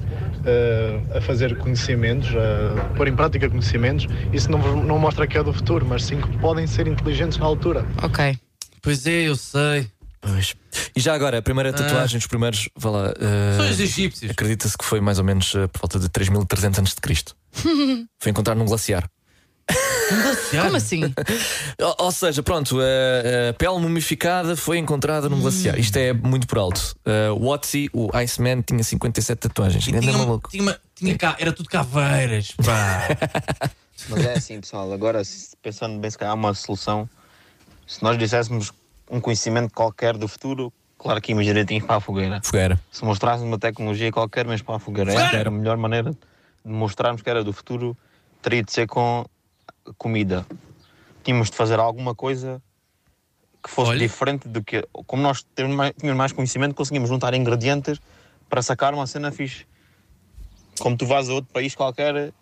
[SPEAKER 10] eh, a fazer conhecimentos, a pôr em prática conhecimentos, isso não, vos- não mostra que é do futuro, mas sim que podem ser inteligentes na altura.
[SPEAKER 5] Ok.
[SPEAKER 3] Pois é, eu sei.
[SPEAKER 4] Pois. E já agora, a primeira tatuagem, os primeiros, vá lá. eh,
[SPEAKER 3] São os egípcios.
[SPEAKER 4] Acredita-se que foi mais ou menos eh, por volta de 3300 anos de Cristo. Foi encontrar num glaciar.
[SPEAKER 3] *laughs*
[SPEAKER 5] Como assim?
[SPEAKER 4] Ou, ou seja, pronto, a, a pele mumificada foi encontrada num glaciar. Isto é muito por alto. Uh, Watsy, o Iceman, tinha 57 tatuagens. Ainda
[SPEAKER 3] Tinha, um
[SPEAKER 4] é
[SPEAKER 3] uma,
[SPEAKER 4] maluco.
[SPEAKER 3] tinha, uma- tinha ca- era tudo caveiras, pá.
[SPEAKER 8] Mas é assim, pessoal, agora se- pensando bem, se calhar há uma solução. Se nós disséssemos um conhecimento qualquer do futuro, claro que íamos direitinho para a fogueira.
[SPEAKER 4] Fogueira.
[SPEAKER 8] Se mostrássemos uma tecnologia qualquer, mas para a fogueira, essa era a melhor maneira de mostrarmos que era do futuro, teria de ser com comida. Tínhamos de fazer alguma coisa que fosse
[SPEAKER 3] Olha.
[SPEAKER 8] diferente do que. Como nós temos mais- tínhamos mais conhecimento, conseguimos juntar ingredientes para sacar uma cena fixe. Como tu vais a outro país qualquer,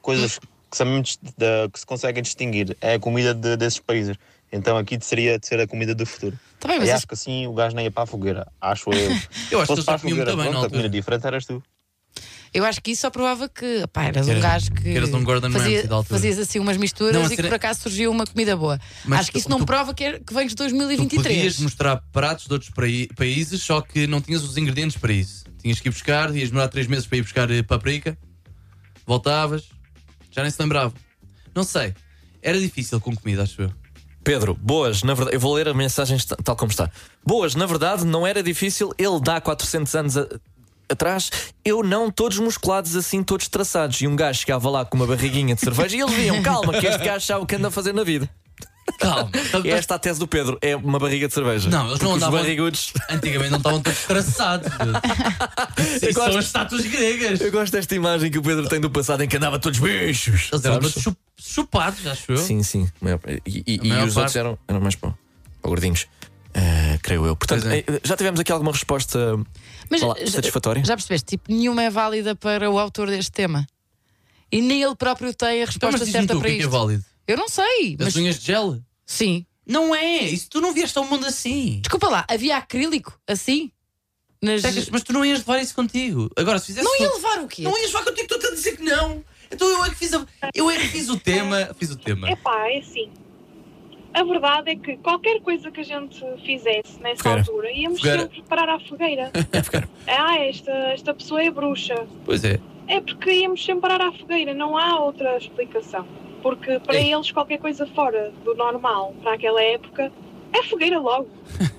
[SPEAKER 8] coisas que, sabemos dist- da- que se conseguem distinguir. É a comida de- desses países. Então aqui seria de ser a comida do futuro.
[SPEAKER 5] Tá bem, mas
[SPEAKER 8] e
[SPEAKER 5] isso-
[SPEAKER 8] acho que assim o gajo nem ia para a fogueira. Acho eu.
[SPEAKER 3] Eu acho que
[SPEAKER 8] Fosse
[SPEAKER 3] eles
[SPEAKER 8] para
[SPEAKER 3] já
[SPEAKER 8] a
[SPEAKER 3] comiam
[SPEAKER 8] fogueira,
[SPEAKER 3] muito bem na
[SPEAKER 8] pronto, a comida
[SPEAKER 3] altura.
[SPEAKER 8] diferente eras tu.
[SPEAKER 5] Eu acho que isso só provava que pá, eras um
[SPEAKER 3] Eras-
[SPEAKER 5] gajo que.
[SPEAKER 3] que eras um Gordon
[SPEAKER 5] fazia,
[SPEAKER 3] Ramsay da altura.
[SPEAKER 5] Fazias assim umas misturas
[SPEAKER 3] Não, a
[SPEAKER 5] e que
[SPEAKER 3] cena-
[SPEAKER 5] por acaso surgiu uma comida boa.
[SPEAKER 3] Mas
[SPEAKER 5] acho que isso
[SPEAKER 3] tu-
[SPEAKER 5] não
[SPEAKER 3] tu-
[SPEAKER 5] prova que, é, que vens de
[SPEAKER 3] Tu
[SPEAKER 5] 2023.
[SPEAKER 3] podias mostrar pratos de outros prai- países, só que não tinhas os ingredientes para isso. Tinhas que ir buscar, ias demorar três meses para ir buscar eh, paprika, voltavas, já nem se lembrava. Não sei, era difícil com comida, acho eu.
[SPEAKER 4] Pedro, boas, na verdade. Eu vou ler a mensagem esta- tal como está. Boas, na verdade, não era difícil. Ele dá 400 anos a- atrás. Eu não, todos musculados assim, todos traçados. E um gajo chegava lá com uma barriguinha de cerveja e eles viam, calma, que este gajo sabe o que anda a fazer na vida.
[SPEAKER 3] *laughs* Calma,
[SPEAKER 4] É esta a tese do Pedro: é uma barriga de cerveja.
[SPEAKER 3] Não, eles não
[SPEAKER 4] Porque os
[SPEAKER 3] andavam-
[SPEAKER 4] barrigudos.
[SPEAKER 3] antigamente não estavam todos traçados. Isso
[SPEAKER 4] Eu gosto-
[SPEAKER 3] são as estátuas gregas.
[SPEAKER 4] Eu gosto desta imagem que o Pedro tem do passado em que andava todos bichos.
[SPEAKER 3] Eles eram todos chup- chupados, acho eu.
[SPEAKER 4] Sim, sim. Maior- E, e-
[SPEAKER 3] A
[SPEAKER 4] e
[SPEAKER 3] maior
[SPEAKER 4] os outros
[SPEAKER 3] parte.
[SPEAKER 4] eram, eram mais pô, pô, gordinhos. Eh, creio eu. Portanto,
[SPEAKER 3] Pois é.
[SPEAKER 4] eh, já tivemos aqui alguma resposta
[SPEAKER 5] Mas
[SPEAKER 4] vá lá,
[SPEAKER 5] já-
[SPEAKER 4] satisfatória?
[SPEAKER 5] Já percebeste? Tipo, nenhuma é válida para o autor deste tema. E nem ele próprio tem a
[SPEAKER 3] Então,
[SPEAKER 5] resposta
[SPEAKER 3] mas diz-me
[SPEAKER 5] certa
[SPEAKER 3] tu, o
[SPEAKER 5] para
[SPEAKER 3] que é, que é
[SPEAKER 5] isto.
[SPEAKER 3] válido?
[SPEAKER 5] Eu não sei,
[SPEAKER 3] As
[SPEAKER 5] mas
[SPEAKER 3] unhas de gel?
[SPEAKER 5] sim.
[SPEAKER 3] Não é, isso tu não vieste ao mundo assim.
[SPEAKER 5] Desculpa lá, havia acrílico assim? Nas...
[SPEAKER 3] Tecas, Mas tu não ias levar isso contigo. Agora, se fizesse.
[SPEAKER 5] Não ia levar o quê?
[SPEAKER 3] Não ias levar contigo, estou-te a dizer que não. Então eu é que fiz, a- eu é que fiz o tema. Fiz o tema.
[SPEAKER 11] Epá, é assim. A verdade é que qualquer coisa que a gente fizesse nessa
[SPEAKER 4] Fogueira.
[SPEAKER 11] altura, íamos
[SPEAKER 3] Fogueira.
[SPEAKER 11] sempre parar à
[SPEAKER 3] *laughs*
[SPEAKER 11] fogueira.
[SPEAKER 3] É
[SPEAKER 11] ah, esta, esta pessoa é bruxa.
[SPEAKER 3] Pois é.
[SPEAKER 11] É porque íamos sempre parar à fogueira, não há outra explicação. Porque para
[SPEAKER 3] Ei.
[SPEAKER 11] eles qualquer coisa fora do normal, para aquela época, é fogueira logo.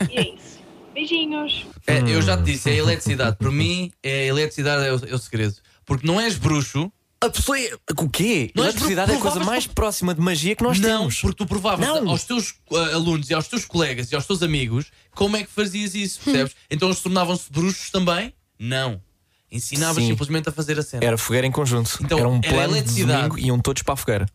[SPEAKER 11] E é
[SPEAKER 3] *laughs*
[SPEAKER 11] isso. Beijinhos.
[SPEAKER 3] É, Eu já te disse, é a eletricidade. Para mim, é a eletricidade é o, é o segredo. Porque não és bruxo,
[SPEAKER 4] A pessoa. é- O quê?
[SPEAKER 3] Nós
[SPEAKER 4] Eletricidade é a coisa
[SPEAKER 3] provávamos-
[SPEAKER 4] mais próxima de magia que nós
[SPEAKER 3] não,
[SPEAKER 4] temos.
[SPEAKER 3] porque tu provavas
[SPEAKER 4] Não.
[SPEAKER 3] aos teus ah, alunos e aos teus colegas e aos teus amigos como é que fazias isso,
[SPEAKER 4] Hum.
[SPEAKER 3] percebes? Então eles tornavam-se bruxos também? Não. Ensinavas
[SPEAKER 4] Sim.
[SPEAKER 3] simplesmente a fazer a cena.
[SPEAKER 4] Era fogueira em conjunto.
[SPEAKER 3] Então,
[SPEAKER 4] era um
[SPEAKER 3] era
[SPEAKER 4] plano de
[SPEAKER 3] eletricidade.
[SPEAKER 4] domingo e iam todos para a fogueira.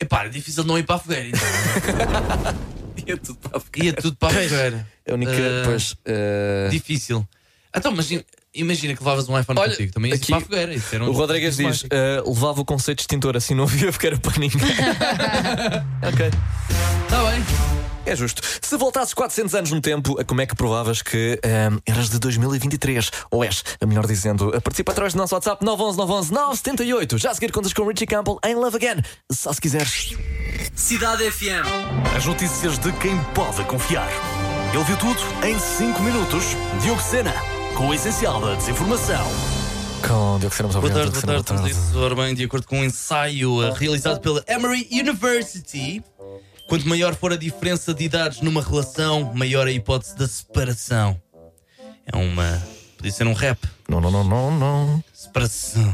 [SPEAKER 3] Epá, era difícil não ir para a fogueira. Então.
[SPEAKER 4] *laughs* Ia tudo para a fogueira. É
[SPEAKER 3] Ia tudo para a fogueira.
[SPEAKER 4] A única.
[SPEAKER 3] Ah,
[SPEAKER 4] pois. eh,
[SPEAKER 3] Difícil. Então, mas im- imagina que levavas um iPhone
[SPEAKER 4] Olha,
[SPEAKER 3] contigo. Também ia
[SPEAKER 4] aqui-
[SPEAKER 3] para a fogueira. Isso era um
[SPEAKER 4] o Rodrigues diz:
[SPEAKER 3] automático.
[SPEAKER 4] eh, levava o conceito de extintor assim, não havia *laughs* fogueira para ninguém. ok.
[SPEAKER 3] Está Tá bem.
[SPEAKER 4] É justo. Se voltasses 400 anos no tempo, a como é que provavas que ahm, eras de 2023? Ou és, a melhor dizendo, a participa através do nosso WhatsApp 911 911 978. Já a seguir contas com Richie Campbell em Love Again. Só se quiseres.
[SPEAKER 1] Cidade FM.
[SPEAKER 12] As notícias de quem pode confiar. Ele viu tudo em 5 minutos. Diogo Sena, com o essencial da desinformação.
[SPEAKER 4] Com Diogo Sermos
[SPEAKER 3] Boa tarde, boa tarde. Tudo isso ora bem, de acordo com um ensaio eh, realizado pela Emory University. Quanto maior for a diferença de idades numa relação, maior a hipótese da separação. É uma. Podia ser um rap.
[SPEAKER 4] Não, não, não, não, não.
[SPEAKER 3] separação.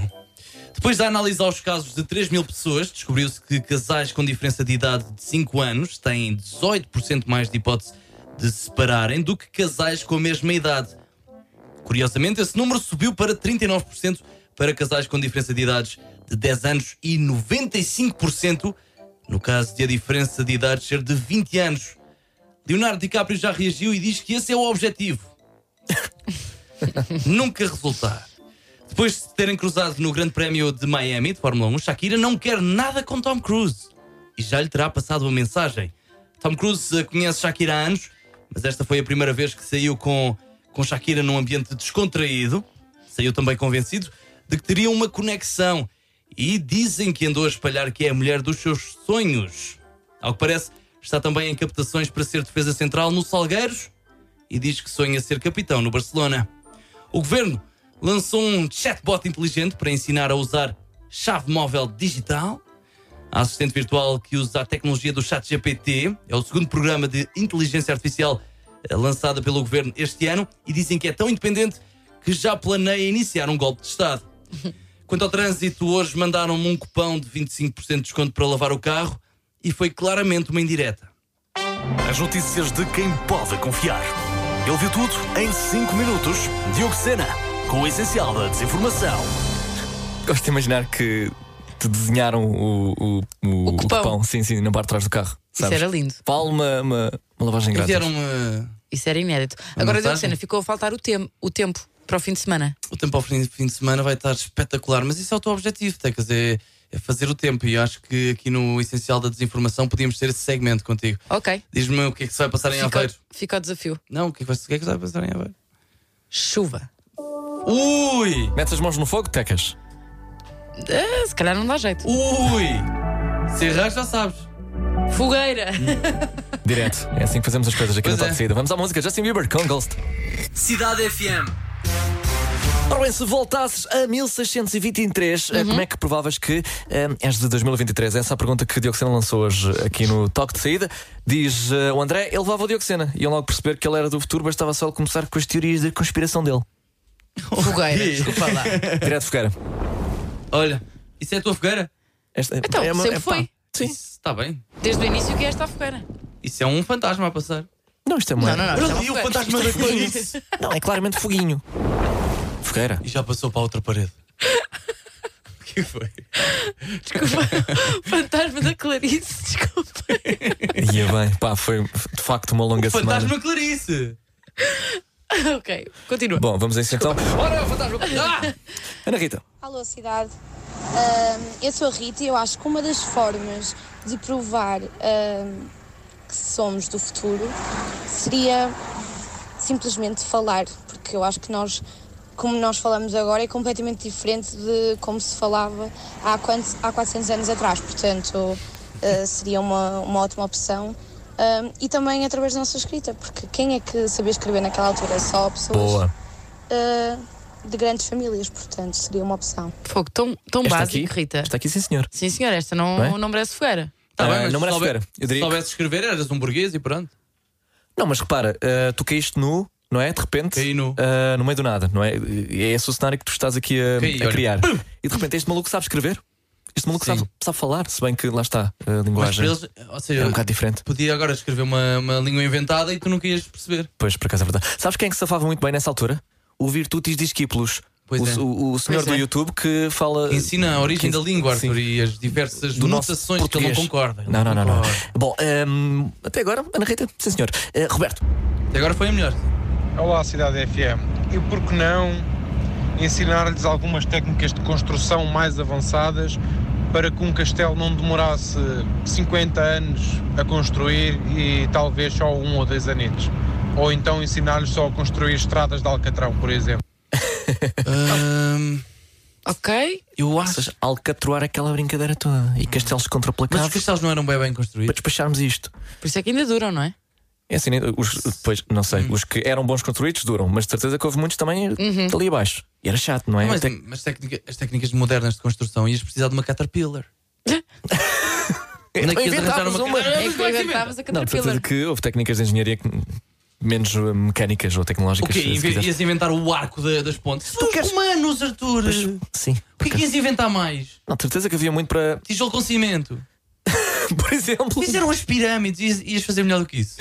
[SPEAKER 3] Depois de analisar os casos de 3 mil pessoas, descobriu-se que casais com diferença de idade de 5 anos têm 18% mais de hipótese de se separarem do que casais com a mesma idade. Curiosamente, esse número subiu para 39% para casais com diferença de idades de 10 anos e 95% no caso de a diferença de idade ser de 20 anos. Leonardo DiCaprio já reagiu e diz que esse é o objetivo. Nunca resultar. Depois de se terem cruzado no Grande Prémio de Miami de Fórmula 1, Shakira não quer nada com Tom Cruise e já lhe terá passado uma mensagem. Tom Cruise eh, conhece Shakira há anos, Mas esta foi a primeira vez que saiu com, com Shakira num ambiente descontraído. Saiu também convencido de que teriam uma conexão. E dizem que andou a espalhar que é a mulher dos seus sonhos. Ao que parece, está também em captações para ser defesa central no Salgueiros e diz que sonha ser capitão no Barcelona. O governo lançou um chatbot inteligente para ensinar a usar chave móvel digital. A assistente virtual que usa a tecnologia do ChatGPT é o segundo programa de inteligência artificial eh, lançado pelo governo este ano e dizem que é tão independente que já planeia iniciar um golpe de Estado. Quanto ao trânsito, hoje mandaram-me um cupão de 25% de desconto para lavar o carro e foi claramente uma indireta.
[SPEAKER 12] As notícias de quem pode confiar. Ele viu tudo em 5 minutos. Diogo Sena, com o essencial da desinformação.
[SPEAKER 4] Gosto de imaginar que te desenharam o, o, o, o
[SPEAKER 5] cupão.
[SPEAKER 4] cupão, sim, sim, na parte de trás do carro.
[SPEAKER 5] Isso
[SPEAKER 4] sabes?
[SPEAKER 5] era lindo.
[SPEAKER 4] Fala uma, uma, uma lavagem grátis.
[SPEAKER 3] eh,
[SPEAKER 5] Isso era inédito.
[SPEAKER 4] Uma
[SPEAKER 5] Agora, Diogo
[SPEAKER 4] massagem?
[SPEAKER 5] Sena, ficou a faltar o, tem- o tempo para o fim de semana.
[SPEAKER 3] O tempo ao fim, fim de semana vai estar espetacular, mas isso é o teu objetivo, Tecas, é, é fazer o tempo. E eu acho que aqui no Essencial da Desinformação podíamos ter esse segmento contigo.
[SPEAKER 5] Ok.
[SPEAKER 3] Diz-me o que é que se vai passar em
[SPEAKER 5] Fica-
[SPEAKER 3] Aveiro.
[SPEAKER 5] Fica o desafio.
[SPEAKER 3] Não, o que é que, vai, o que é que se vai passar em Aveiro?
[SPEAKER 5] Chuva.
[SPEAKER 3] Ui!
[SPEAKER 4] Metes as mãos no fogo, tecas.
[SPEAKER 5] Ah, se calhar não dá jeito.
[SPEAKER 3] Ui! Se errar, já sabes.
[SPEAKER 5] Fogueira.
[SPEAKER 4] Direto. É assim que fazemos as coisas aqui no Top de Saída. Vamos à música Justin Bieber com Ghost.
[SPEAKER 1] Cidade FM.
[SPEAKER 4] Ora bem, se voltasses a 1623, eh, como é que provavas que eh, és de 2023? Essa é a pergunta que o Dioxena lançou hoje eh, aqui no Toque de Saída. Diz eh, o André, ele levava o Dioxena. Iam logo perceber que ele era do futuro, bastava só ele começar com as teorias da conspiração dele.
[SPEAKER 5] *laughs* Fogueira, desculpa lá.
[SPEAKER 4] Direto fogueira.
[SPEAKER 3] Olha, isso é a tua fogueira?
[SPEAKER 4] Esta,
[SPEAKER 5] Então,
[SPEAKER 3] é uma-
[SPEAKER 5] sempre
[SPEAKER 3] é pá.
[SPEAKER 5] foi.
[SPEAKER 4] Sim.
[SPEAKER 3] Está bem.
[SPEAKER 5] Desde o início que é esta a fogueira.
[SPEAKER 3] Isso é um fantasma a passar.
[SPEAKER 4] Não, isto é
[SPEAKER 5] Não, não, não. isto
[SPEAKER 3] E
[SPEAKER 5] é uma
[SPEAKER 3] o
[SPEAKER 5] fogueira.
[SPEAKER 3] fantasma da
[SPEAKER 5] Isto é fogueira.
[SPEAKER 3] Clarice?
[SPEAKER 4] Não, é claramente foguinho. Fogueira.
[SPEAKER 3] E já passou para a outra
[SPEAKER 4] *laughs*
[SPEAKER 3] parede. O que foi?
[SPEAKER 5] *laughs* Desculpa. Fantasma da Clarice, *laughs* desculpa.
[SPEAKER 4] Ia bem, pá, foi de facto uma longa semana.
[SPEAKER 3] Fantasma Clarice!
[SPEAKER 5] ok, continua.
[SPEAKER 4] Bom, vamos a isso então.
[SPEAKER 3] é
[SPEAKER 4] Ora, o fantasma. Ah! Ana Rita.
[SPEAKER 13] Alô, cidade. Ahm, eu sou a Rita e eu acho que uma das formas de provar ahm, que somos do futuro seria simplesmente falar, porque eu acho que nós, como nós falamos agora, é completamente diferente de como se falava há, quantos, há 400 anos atrás. Portanto, ah, seria uma, uma ótima opção. Ahm, e também através da nossa escrita, porque quem é que sabia escrever naquela altura? Só pessoas
[SPEAKER 4] Boa.
[SPEAKER 13] ah, de grandes famílias, portanto, seria uma opção.
[SPEAKER 5] Fogo tão, tão
[SPEAKER 4] Esta
[SPEAKER 5] básico,
[SPEAKER 4] aqui?
[SPEAKER 5] Rita.
[SPEAKER 4] Está aqui, sim, senhor.
[SPEAKER 5] Sim, senhor, esta não,
[SPEAKER 4] Não é?
[SPEAKER 5] não merece
[SPEAKER 4] Ah,
[SPEAKER 5] fogueira.
[SPEAKER 3] Tá mas se
[SPEAKER 4] não merece
[SPEAKER 3] soube-
[SPEAKER 4] fogueira. Eu diria
[SPEAKER 3] Se soubesses escrever, eras um burguês e pronto.
[SPEAKER 4] Não, mas repara, eh, tu caíste nu, não é? De repente. Caí nu. no meio do nada, não é? E é esse o cenário que tu estás aqui a,
[SPEAKER 3] Caí,
[SPEAKER 4] a
[SPEAKER 3] olha. Hum!
[SPEAKER 4] criar. E de repente este maluco sabe escrever. Este maluco
[SPEAKER 3] Sim.
[SPEAKER 4] sabe, sabe falar, se bem que lá está eh, a
[SPEAKER 3] Mas para
[SPEAKER 4] linguagem.
[SPEAKER 3] eles, ou seja,
[SPEAKER 4] É um bocado diferente.
[SPEAKER 3] podia agora escrever uma, uma língua inventada e tu nunca ias perceber.
[SPEAKER 4] Pois, por acaso é verdade. Sabes quem é que se safava muito bem nessa altura? O Virtutis Discípulos.
[SPEAKER 3] Pois
[SPEAKER 4] o,
[SPEAKER 3] é.
[SPEAKER 4] o, o senhor
[SPEAKER 3] Pois é.
[SPEAKER 4] do YouTube que fala.
[SPEAKER 3] Que ensina a origem da língua, Arthur, e as diversas
[SPEAKER 4] Eh, do nosso
[SPEAKER 3] notações que ele não
[SPEAKER 4] português.
[SPEAKER 3] concorda. Ele
[SPEAKER 4] Não, não, não. não.
[SPEAKER 3] concorda.
[SPEAKER 4] Bom, ehm, até agora, Ana Rita, sim senhor. Eh, Roberto.
[SPEAKER 3] Até agora foi a melhor.
[SPEAKER 14] Olá, Cidade FM. E por que não ensinar-lhes algumas técnicas de construção mais avançadas para que um castelo não demorasse 50 anos a construir e talvez só um ou dois anitos? Ou então ensinar-lhes só a construir estradas de Alcatrão, por exemplo?
[SPEAKER 5] ok.
[SPEAKER 4] Eu acho. Ou seja, alcatroar aquela brincadeira toda e castelos contraplacados. Mas os
[SPEAKER 3] castelos não eram bem bem construídos.
[SPEAKER 4] Para despacharmos isto.
[SPEAKER 5] Por isso é que ainda duram, não é?
[SPEAKER 4] É assim, os, depois, não sei, os que eram bons construídos duram, mas de certeza que houve muitos também
[SPEAKER 3] Hum. Uhum.
[SPEAKER 4] ali abaixo. E era chato, não é?
[SPEAKER 3] mas
[SPEAKER 4] Até-
[SPEAKER 3] mas técnica- as técnicas modernas de construção ias precisar de uma Caterpillar.
[SPEAKER 4] *laughs*
[SPEAKER 3] Onde é que ias arranjar
[SPEAKER 5] Inventavas uma-
[SPEAKER 3] Caterpillar?
[SPEAKER 5] É que inventavas a
[SPEAKER 4] Não, de certeza
[SPEAKER 5] Caterpillar.
[SPEAKER 4] que houve técnicas de engenharia que- menos eh, mecânicas ou
[SPEAKER 3] O
[SPEAKER 4] tecnológicas.
[SPEAKER 3] quê?
[SPEAKER 4] se
[SPEAKER 3] Inve-
[SPEAKER 4] quiseres.
[SPEAKER 3] Ias inventar o arco da- das pontes? Tu queres... humanos, Arthur! O
[SPEAKER 4] Sim.
[SPEAKER 3] que é que ias inventar mais?
[SPEAKER 4] Não, de certeza que havia muito para. *laughs*
[SPEAKER 3] Tijolo com cimento.
[SPEAKER 4] Por exemplo.
[SPEAKER 3] Fizeram as pirâmides, ias, ias fazer melhor do que isso.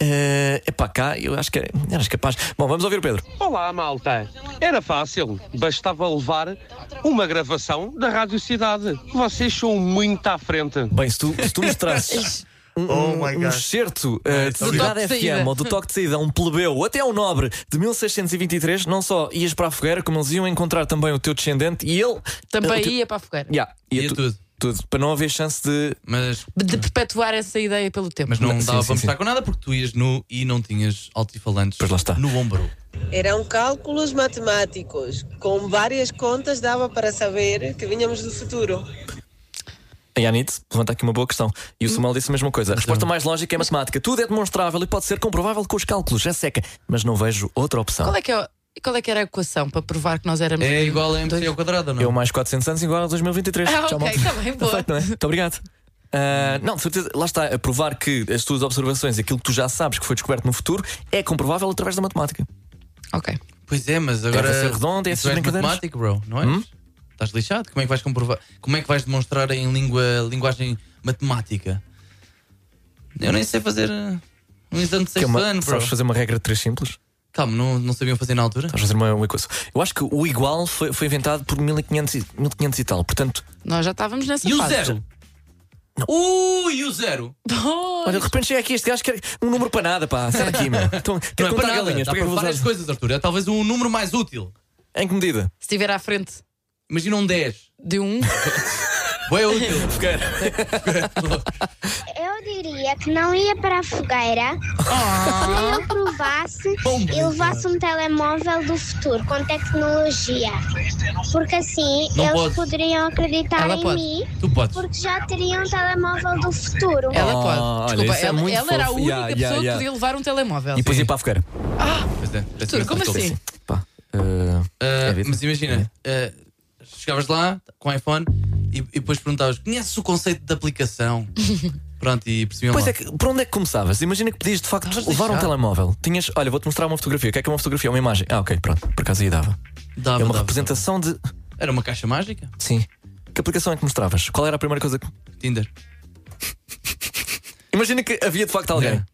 [SPEAKER 4] É epá, cá, eu acho que era- eras capaz. Bom, vamos ouvir o Pedro.
[SPEAKER 15] Olá, malta. Era fácil, bastava levar uma gravação da Rádio Cidade. Vocês são muito à frente.
[SPEAKER 4] Bem, se tu, se
[SPEAKER 3] *laughs*
[SPEAKER 4] tu mostrasses um,
[SPEAKER 15] Oh my
[SPEAKER 4] um, um
[SPEAKER 15] God.
[SPEAKER 4] excerto eh, de
[SPEAKER 15] Do toque
[SPEAKER 4] Cidade
[SPEAKER 15] de
[SPEAKER 4] FM
[SPEAKER 15] saída.
[SPEAKER 4] ou do toque de saída a um plebeu ou até a um nobre de 1623, não só ias para a fogueira, como eles iam encontrar também o teu descendente e ele.
[SPEAKER 5] Também
[SPEAKER 4] eh, o teu-
[SPEAKER 5] ia para a fogueira.
[SPEAKER 4] Yeah, ia tu- tudo, para não haver chance de.
[SPEAKER 3] Mas
[SPEAKER 5] De perpetuar essa ideia pelo tempo.
[SPEAKER 3] Mas não
[SPEAKER 4] Sim,
[SPEAKER 3] dava
[SPEAKER 4] sim,
[SPEAKER 3] para mostrar
[SPEAKER 4] sim.
[SPEAKER 3] com nada porque tu ias nu e não tinhas altifalantes no ombro.
[SPEAKER 16] Eram cálculos matemáticos. Com várias contas dava para saber que vinhamos do futuro.
[SPEAKER 4] A Yanit levanta aqui uma boa questão. E
[SPEAKER 5] Hum.
[SPEAKER 4] o Samuel disse a mesma coisa. A resposta mais lógica é matemática. Tudo é demonstrável e pode ser comprovável com os cálculos. É seca. Mas não vejo outra opção.
[SPEAKER 5] Qual é, que é- qual é que era a equação para provar que nós éramos.
[SPEAKER 4] É
[SPEAKER 3] igual a MC ao quadrado, não?
[SPEAKER 4] Eu mais 400 anos igual a 2023.
[SPEAKER 5] Ah,
[SPEAKER 4] Tchau,
[SPEAKER 5] ok,
[SPEAKER 4] malta.
[SPEAKER 5] está bem,
[SPEAKER 4] *laughs*
[SPEAKER 5] boa.
[SPEAKER 4] feito, não é? Muito obrigado. Ah, não, de certeza, lá está, a provar que as tuas observações, aquilo que tu já sabes que foi descoberto no futuro, é comprovável através da matemática.
[SPEAKER 5] Ok.
[SPEAKER 3] Pois é, mas
[SPEAKER 4] Deve
[SPEAKER 3] agora.
[SPEAKER 4] ser redondo, é
[SPEAKER 3] isso
[SPEAKER 4] essas
[SPEAKER 3] és
[SPEAKER 4] brincadeiras. Hum?
[SPEAKER 3] matemático, bro, não és? Estás lixado? Como é que vais comprovar? Como é que vais demonstrar em língua, linguagem matemática? Eu nem sei fazer uh, um exame de
[SPEAKER 4] Que é
[SPEAKER 3] 6
[SPEAKER 4] uma-
[SPEAKER 3] anos, bro.
[SPEAKER 4] sabes fazer uma regra de três simples?
[SPEAKER 3] Calma, não, não sabiam fazer na altura?
[SPEAKER 4] Estás a fazer uma, uma equação. Eu acho que o igual foi, foi inventado por 1500 e, 1500 e tal, portanto.
[SPEAKER 5] Nós já estávamos nessa
[SPEAKER 3] E o
[SPEAKER 5] fase. *laughs*
[SPEAKER 3] zero? Ui, e o zero?
[SPEAKER 4] Olha, de repente chega aqui este gajo quer um número para nada, pá,
[SPEAKER 3] *laughs*
[SPEAKER 4] sai daqui, meu. Então, quer
[SPEAKER 3] Não é
[SPEAKER 4] contar
[SPEAKER 3] para nada,
[SPEAKER 4] galinhas,
[SPEAKER 3] dá para
[SPEAKER 4] para que eu vou
[SPEAKER 3] várias
[SPEAKER 4] usar?
[SPEAKER 3] coisas, Arthur. É talvez um número mais útil.
[SPEAKER 4] Em que medida?
[SPEAKER 5] Se estiver à frente
[SPEAKER 3] Imagina um 10.
[SPEAKER 5] de um.
[SPEAKER 4] *laughs*
[SPEAKER 3] Boa, é útil.
[SPEAKER 17] Eu diria que não ia para a fogueira se
[SPEAKER 3] Oh.
[SPEAKER 17] eu provasse e levasse um telemóvel do futuro com tecnologia. Porque assim
[SPEAKER 3] Não
[SPEAKER 17] eles
[SPEAKER 3] podes.
[SPEAKER 17] poderiam acreditar
[SPEAKER 3] Ela
[SPEAKER 17] em
[SPEAKER 3] pode.
[SPEAKER 17] mim.
[SPEAKER 3] Tu podes.
[SPEAKER 17] Porque já teriam um telemóvel do futuro.
[SPEAKER 3] É.
[SPEAKER 5] Ela
[SPEAKER 4] Oh, olha,
[SPEAKER 5] pode.
[SPEAKER 4] isso
[SPEAKER 5] Desculpa,
[SPEAKER 4] é
[SPEAKER 5] ela,
[SPEAKER 4] muito
[SPEAKER 5] ela era a
[SPEAKER 4] fofo.
[SPEAKER 5] única
[SPEAKER 4] Yeah,
[SPEAKER 5] pessoa
[SPEAKER 4] yeah,
[SPEAKER 5] que
[SPEAKER 4] yeah. é
[SPEAKER 5] podia levar um telemóvel.
[SPEAKER 3] Tá
[SPEAKER 4] E depois ir para a fogueira.
[SPEAKER 3] Pois é, parece
[SPEAKER 5] Arthur,
[SPEAKER 3] mesmo
[SPEAKER 5] como
[SPEAKER 3] que eu
[SPEAKER 5] assim?
[SPEAKER 3] estou.
[SPEAKER 4] É
[SPEAKER 3] Ah, mas imagina, ah, chegavas lá com o iPhone e, e depois perguntavas: conheces o conceito de
[SPEAKER 5] *laughs*
[SPEAKER 3] aplicação? Pronto, e percebiam
[SPEAKER 4] Pois
[SPEAKER 3] lá.
[SPEAKER 4] é, que, por onde é que começavas? Imagina que podias de facto levar um
[SPEAKER 3] lixado.
[SPEAKER 4] telemóvel. Tinhas, olha, vou-te mostrar uma fotografia. O que é que é uma fotografia? É Uma imagem. Ah, ok, pronto. Por acaso aí dava.
[SPEAKER 3] Dava,
[SPEAKER 4] é uma
[SPEAKER 3] dava,
[SPEAKER 4] representação de.
[SPEAKER 3] Era uma caixa mágica?
[SPEAKER 4] Sim. Que aplicação é que mostravas? Qual era a primeira coisa que.
[SPEAKER 3] Tinder.
[SPEAKER 4] Imagina que havia de facto alguém.
[SPEAKER 3] É.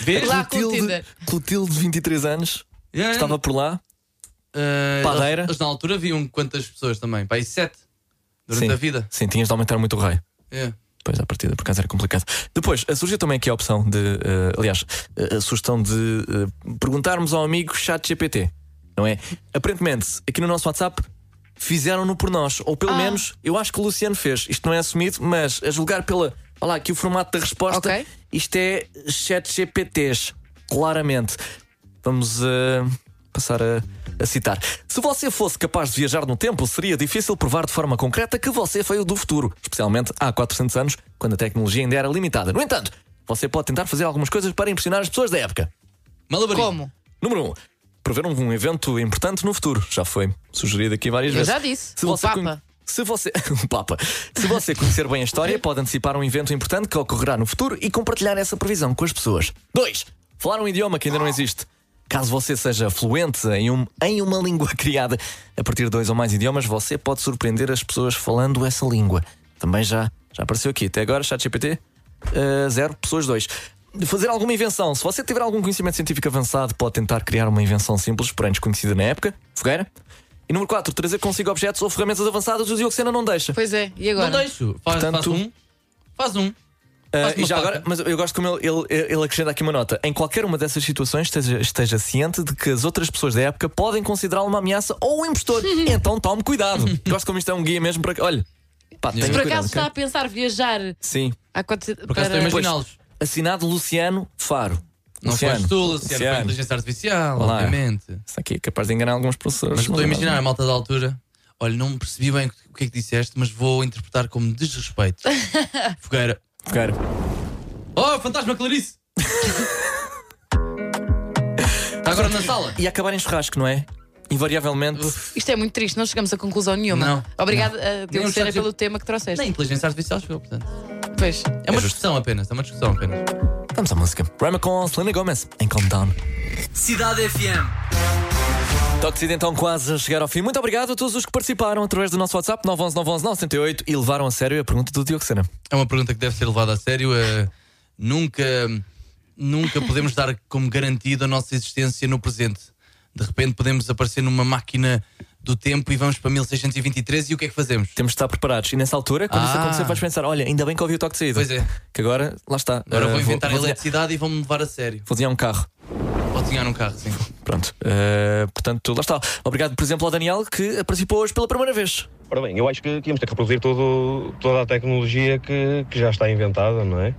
[SPEAKER 3] Vês? Lá com o
[SPEAKER 4] Clotilde,
[SPEAKER 3] Tinder.
[SPEAKER 4] Clotilde, de 23 anos,
[SPEAKER 3] Yeah.
[SPEAKER 4] estava por lá.
[SPEAKER 3] Ah,
[SPEAKER 4] Padeira.
[SPEAKER 3] Eles, eles na altura viam quantas pessoas também? Pai, sete. Durante
[SPEAKER 4] Sim.
[SPEAKER 3] a vida.
[SPEAKER 4] Sim, tinhas de aumentar muito o raio.
[SPEAKER 3] É.
[SPEAKER 4] Pois, à partida, por acaso era complicado. Depois, eh, surgiu também aqui a opção de. eh, aliás, eh, a sugestão de eh, perguntarmos ao amigo chat GPT, não é? Aparentemente, aqui no nosso WhatsApp, fizeram-no por nós. Ou
[SPEAKER 5] Ah.
[SPEAKER 4] pelo menos, eu acho que o Luciano fez. Isto não é assumido, mas a julgar pela. Olha lá, aqui o formato da resposta. Isto é chat GPTs, claramente. Vamos eh, passar a. A citar. Se você fosse capaz de viajar no tempo, seria difícil provar de forma concreta que você foi o do futuro, especialmente há 400 anos, quando a tecnologia ainda era limitada. No entanto, você pode tentar fazer algumas coisas para impressionar as pessoas da época.
[SPEAKER 5] Como?
[SPEAKER 4] Número 1. Um, prever um, um evento importante no futuro. Já foi sugerido aqui várias
[SPEAKER 5] Eu
[SPEAKER 4] vezes.
[SPEAKER 5] já disse.
[SPEAKER 4] Se
[SPEAKER 5] O
[SPEAKER 4] você
[SPEAKER 5] Papa.
[SPEAKER 4] conhe- Se você. *laughs* o Papa. Se você conhecer bem a história, pode antecipar um evento importante que ocorrerá no futuro e compartilhar essa previsão com as pessoas. 2. Falar um idioma que ainda não existe. Caso você seja fluente em, um- em uma *laughs* língua criada a partir de dois ou mais idiomas, você pode surpreender as pessoas falando essa língua. Também já, já apareceu aqui. Até agora, ChatGPT, eh, zero, pessoas dois. Fazer alguma invenção. Se você tiver algum conhecimento científico avançado, pode tentar criar uma invenção simples, porém desconhecida na época. Fogueira. E número 4, trazer consigo objetos ou ferramentas avançadas, o Dioxena não deixa.
[SPEAKER 5] Pois é, e agora?
[SPEAKER 3] Não deixo. Faz- faz um. Faz um.
[SPEAKER 4] Ah,
[SPEAKER 3] Faz uma
[SPEAKER 4] e já
[SPEAKER 3] faca.
[SPEAKER 4] agora, mas eu gosto como ele, ele, ele acrescenta aqui uma nota. Em qualquer uma dessas situações, esteja, esteja ciente de que as outras pessoas da época podem considerá-lo uma ameaça ou um
[SPEAKER 5] *laughs*
[SPEAKER 4] impostor. então tome cuidado. gosto como isto é um guia mesmo para. que- Olha, pá,
[SPEAKER 5] Se
[SPEAKER 4] tenha
[SPEAKER 5] por
[SPEAKER 4] cuidado,
[SPEAKER 5] acaso
[SPEAKER 4] ok?
[SPEAKER 5] está a pensar viajar
[SPEAKER 4] Sim.
[SPEAKER 5] há quanto
[SPEAKER 4] Por acaso estou a imaginá-los. Assinado Luciano Faro.
[SPEAKER 3] Não
[SPEAKER 4] Luciano.
[SPEAKER 3] foste tu, Luciano, foi a inteligência artificial,
[SPEAKER 4] Olá.
[SPEAKER 3] obviamente.
[SPEAKER 4] Isto aqui é capaz de enganar alguns professores.
[SPEAKER 3] Mas eu estou a
[SPEAKER 4] Não é
[SPEAKER 3] imaginar
[SPEAKER 4] nada.
[SPEAKER 3] a malta da altura. Olha, não percebi bem o que é que disseste, mas vou interpretar como desrespeito. Fogueira.
[SPEAKER 4] Fogueira.
[SPEAKER 3] Oh, fantasma Clarice! Está agora na sala.
[SPEAKER 4] E acabar em churrasco, não é? Invariavelmente.
[SPEAKER 5] Isto é muito triste, não chegamos a conclusão nenhuma.
[SPEAKER 4] Não.
[SPEAKER 5] Obrigada, uh,
[SPEAKER 4] Nem o
[SPEAKER 5] Diogo
[SPEAKER 4] chat-
[SPEAKER 5] pelo tema que trouxeste.
[SPEAKER 3] Nem inteligência artificial chegou, portanto.
[SPEAKER 5] Pois.
[SPEAKER 3] É uma discussão apenas, é uma discussão apenas.
[SPEAKER 4] Vamos à música. Rhyma com Selena Gomez em Calm Down.
[SPEAKER 1] Cidade FM.
[SPEAKER 4] Toxid então quase a chegar ao fim. Muito obrigado a todos os que participaram através do nosso WhatsApp 911 911 908 e levaram a sério a pergunta do Diogo Sena.
[SPEAKER 3] É uma pergunta que deve ser levada a sério. eh, nunca, nunca podemos dar como garantido a nossa existência no presente. De repente podemos aparecer numa máquina do tempo e vamos para 1623 e o que é que fazemos?
[SPEAKER 4] Temos de estar preparados. E nessa altura, quando isso
[SPEAKER 3] Ah.
[SPEAKER 4] acontecer, vais pensar: olha, ainda bem que ouvi o toque de saída.
[SPEAKER 3] Pois é.
[SPEAKER 4] Que agora, lá está.
[SPEAKER 3] Agora
[SPEAKER 4] Eh,
[SPEAKER 3] Ah, vou inventar
[SPEAKER 4] vou,
[SPEAKER 3] a
[SPEAKER 4] desenhar-
[SPEAKER 3] eletricidade e vão-me levar a sério.
[SPEAKER 4] vou desenhar um carro. Ah,
[SPEAKER 3] Ou desenhar um carro, sim.
[SPEAKER 4] Pronto. Eh, portanto, lá está. Obrigado, por exemplo, ao Daniel que participou hoje pela primeira vez.
[SPEAKER 18] Ora bem, eu acho que tínhamos ter que reproduzir todo, toda a tecnologia que, que já está inventada, não é?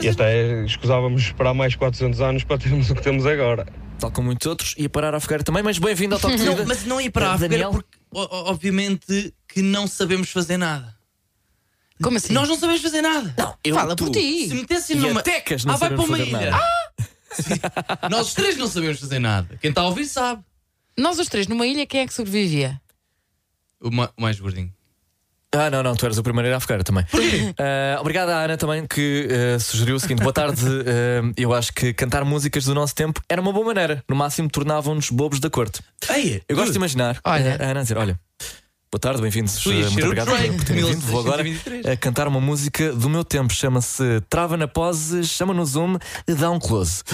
[SPEAKER 18] E até escusávamos esperar mais 400 anos para termos o que temos agora.
[SPEAKER 4] Tal como muitos outros, ia parar à fogueira também, mas bem-vindo ao Toque
[SPEAKER 3] *laughs*
[SPEAKER 4] de Vida.
[SPEAKER 3] Não, mas não ia para a fogueira
[SPEAKER 4] Daniel.
[SPEAKER 3] porque, o- o- obviamente, que não sabemos fazer nada. Como assim? Nós não sabemos fazer nada. Não,
[SPEAKER 4] eu, Fala tu. por ti.
[SPEAKER 3] Se metessem
[SPEAKER 4] E
[SPEAKER 3] numa.
[SPEAKER 4] atecas não
[SPEAKER 3] ah, vai para
[SPEAKER 4] sabemos
[SPEAKER 3] uma
[SPEAKER 4] fazer
[SPEAKER 3] ilha.
[SPEAKER 4] nada.
[SPEAKER 3] Ah! Nós os três não sabemos fazer nada. Quem está a ouvir sabe.
[SPEAKER 5] Nós os três, numa ilha, quem é que sobrevivia?
[SPEAKER 3] O, ma- o mais gordinho.
[SPEAKER 4] Ah, não, não, tu eras o primeiro a ir à fogueira também. Ah, obrigado à Ana também que ah, sugeriu o seguinte: boa tarde. ah, eu acho que cantar músicas do nosso tempo era uma boa maneira. No máximo tornavam-nos bobos da corte.
[SPEAKER 3] Ei,
[SPEAKER 4] eu gosto de imaginar
[SPEAKER 3] Olha.
[SPEAKER 4] a Ana dizer: olha, boa tarde, bem-vindos.
[SPEAKER 3] Tu ias
[SPEAKER 4] ah,
[SPEAKER 3] ser
[SPEAKER 4] muito
[SPEAKER 3] o
[SPEAKER 4] obrigado
[SPEAKER 3] Drake
[SPEAKER 4] por
[SPEAKER 3] de
[SPEAKER 4] terem vindo. Vou agora
[SPEAKER 3] 1923.
[SPEAKER 4] a cantar uma música do meu tempo. Chama-se Trava na Pose, chama no Zoom e dá um close.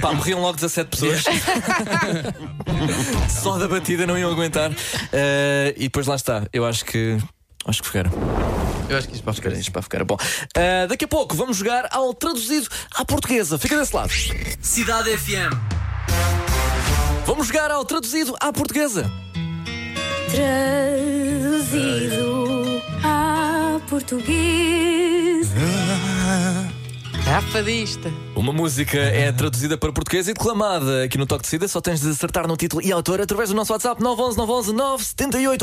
[SPEAKER 4] Pá, morriam logo 17
[SPEAKER 3] *laughs*
[SPEAKER 4] pessoas. Só da batida não iam aguentar. Eh, e depois lá está. Eu acho que. Acho que ficaram.
[SPEAKER 3] Eu acho que isto para
[SPEAKER 4] ficar. Isto para ficar. Bom, eh, daqui a pouco vamos jogar ao traduzido à portuguesa. Fica desse lado.
[SPEAKER 1] Cidade FM.
[SPEAKER 4] Vamos jogar ao traduzido à portuguesa.
[SPEAKER 19] Traduzido a português.
[SPEAKER 5] Rafadista.
[SPEAKER 4] Uma música é traduzida para português e declamada aqui no Toque de Cida. Só tens de acertar no título e autor através do nosso WhatsApp 911 911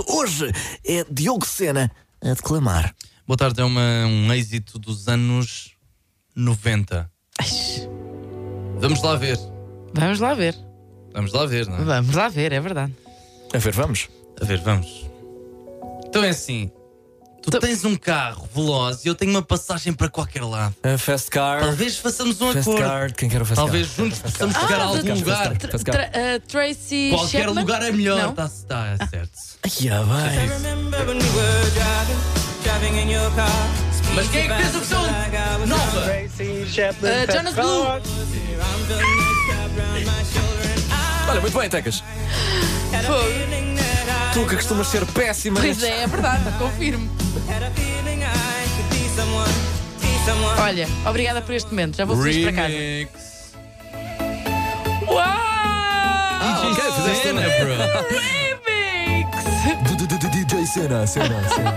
[SPEAKER 4] 978. Hoje é Diogo Sena a declamar.
[SPEAKER 3] Boa tarde, é uma- um êxito dos anos 90. Vamos lá ver.
[SPEAKER 5] Vamos lá ver.
[SPEAKER 3] Vamos lá ver, não é?
[SPEAKER 5] Vamos lá ver, é verdade.
[SPEAKER 4] A ver, vamos.
[SPEAKER 3] A ver, vamos. Então é assim: tu
[SPEAKER 4] Então-
[SPEAKER 3] tens um carro veloz e eu tenho uma passagem para qualquer lado.
[SPEAKER 4] A fast car.
[SPEAKER 3] Talvez façamos um
[SPEAKER 4] Ah. Fast
[SPEAKER 3] acordo.
[SPEAKER 4] car, quem quer o fast
[SPEAKER 3] Talvez
[SPEAKER 4] car?
[SPEAKER 3] juntos
[SPEAKER 4] Fast car.
[SPEAKER 3] possamos chegar a
[SPEAKER 4] Ah,
[SPEAKER 3] algum
[SPEAKER 4] fast car,
[SPEAKER 3] lugar.
[SPEAKER 4] fast car, fast car.
[SPEAKER 5] Tra ah, Tracy
[SPEAKER 3] Qualquer
[SPEAKER 5] Chapman?
[SPEAKER 3] lugar é melhor.
[SPEAKER 5] Não.
[SPEAKER 3] Está tá certo.
[SPEAKER 4] Ai, ah, vai.
[SPEAKER 3] Mas quem é que fez a versão nova?
[SPEAKER 5] Ah, Jonas Blue.
[SPEAKER 4] Olha, muito bem, Tecas.
[SPEAKER 5] Fogo.
[SPEAKER 4] Tu que costumas ser péssima.
[SPEAKER 5] Pois é,
[SPEAKER 3] *laughs*
[SPEAKER 5] é verdade, confirmo. Olha, obrigada por este momento. Já vou feliz para casa. Uau! Ah,
[SPEAKER 3] *laughs*
[SPEAKER 4] ok, fizeste
[SPEAKER 3] Cena,
[SPEAKER 5] é.
[SPEAKER 4] DJ Sena, Sena, Sena.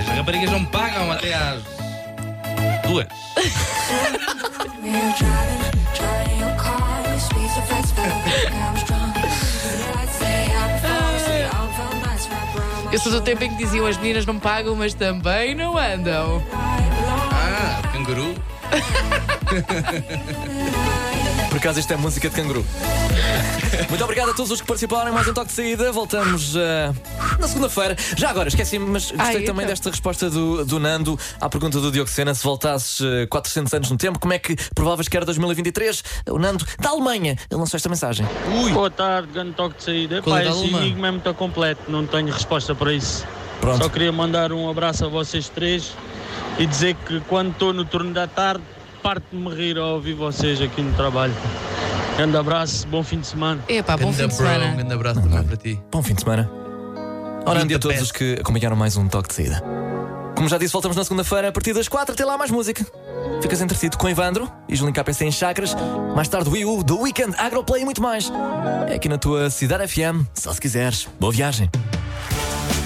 [SPEAKER 3] As raparigas não pagam até às duas.
[SPEAKER 5] Eu sou do tempo em que diziam as meninas não pagam, mas também não andam.
[SPEAKER 3] Ah, canguru.
[SPEAKER 4] Por acaso isto é música de canguru. Muito obrigado a todos os que participaram em mais um toque de saída. Voltamos eh, na segunda-feira. Já agora, esqueci-me, mas gostei
[SPEAKER 5] Ai,
[SPEAKER 4] também
[SPEAKER 5] então.
[SPEAKER 4] desta resposta do, do Nando à pergunta do Diogo Sena. Se voltasses eh, 400 anos no tempo, como é que provavas que era 2023? O Nando, da Alemanha, ele lançou esta mensagem.
[SPEAKER 20] Boa tarde, grande toque de saída.
[SPEAKER 4] Qual
[SPEAKER 20] Pá,
[SPEAKER 4] era a
[SPEAKER 20] esse
[SPEAKER 4] alemã?
[SPEAKER 20] enigma é muito completo, não tenho resposta para isso.
[SPEAKER 4] Pronto.
[SPEAKER 20] Só queria mandar um abraço a vocês três e dizer que quando estou no turno da tarde, parte-me rir ao ouvir vocês aqui no trabalho. Grande abraço, bom fim de semana.
[SPEAKER 5] Epá, bom fim de semana.
[SPEAKER 3] Um grande abraço também para ti.
[SPEAKER 4] Bom fim de semana. Ao Nando e a todos os que acompanharam mais um toque de saída. Como já disse, voltamos na segunda-feira a partir das 4. Até lá, mais música. Ficas entretido com Evandro e Julinho KPC em Chakras. Mais tarde, o IU, The Weekend, Agroplay e muito mais. É aqui na tua Cidade FM, só se quiseres. Boa viagem.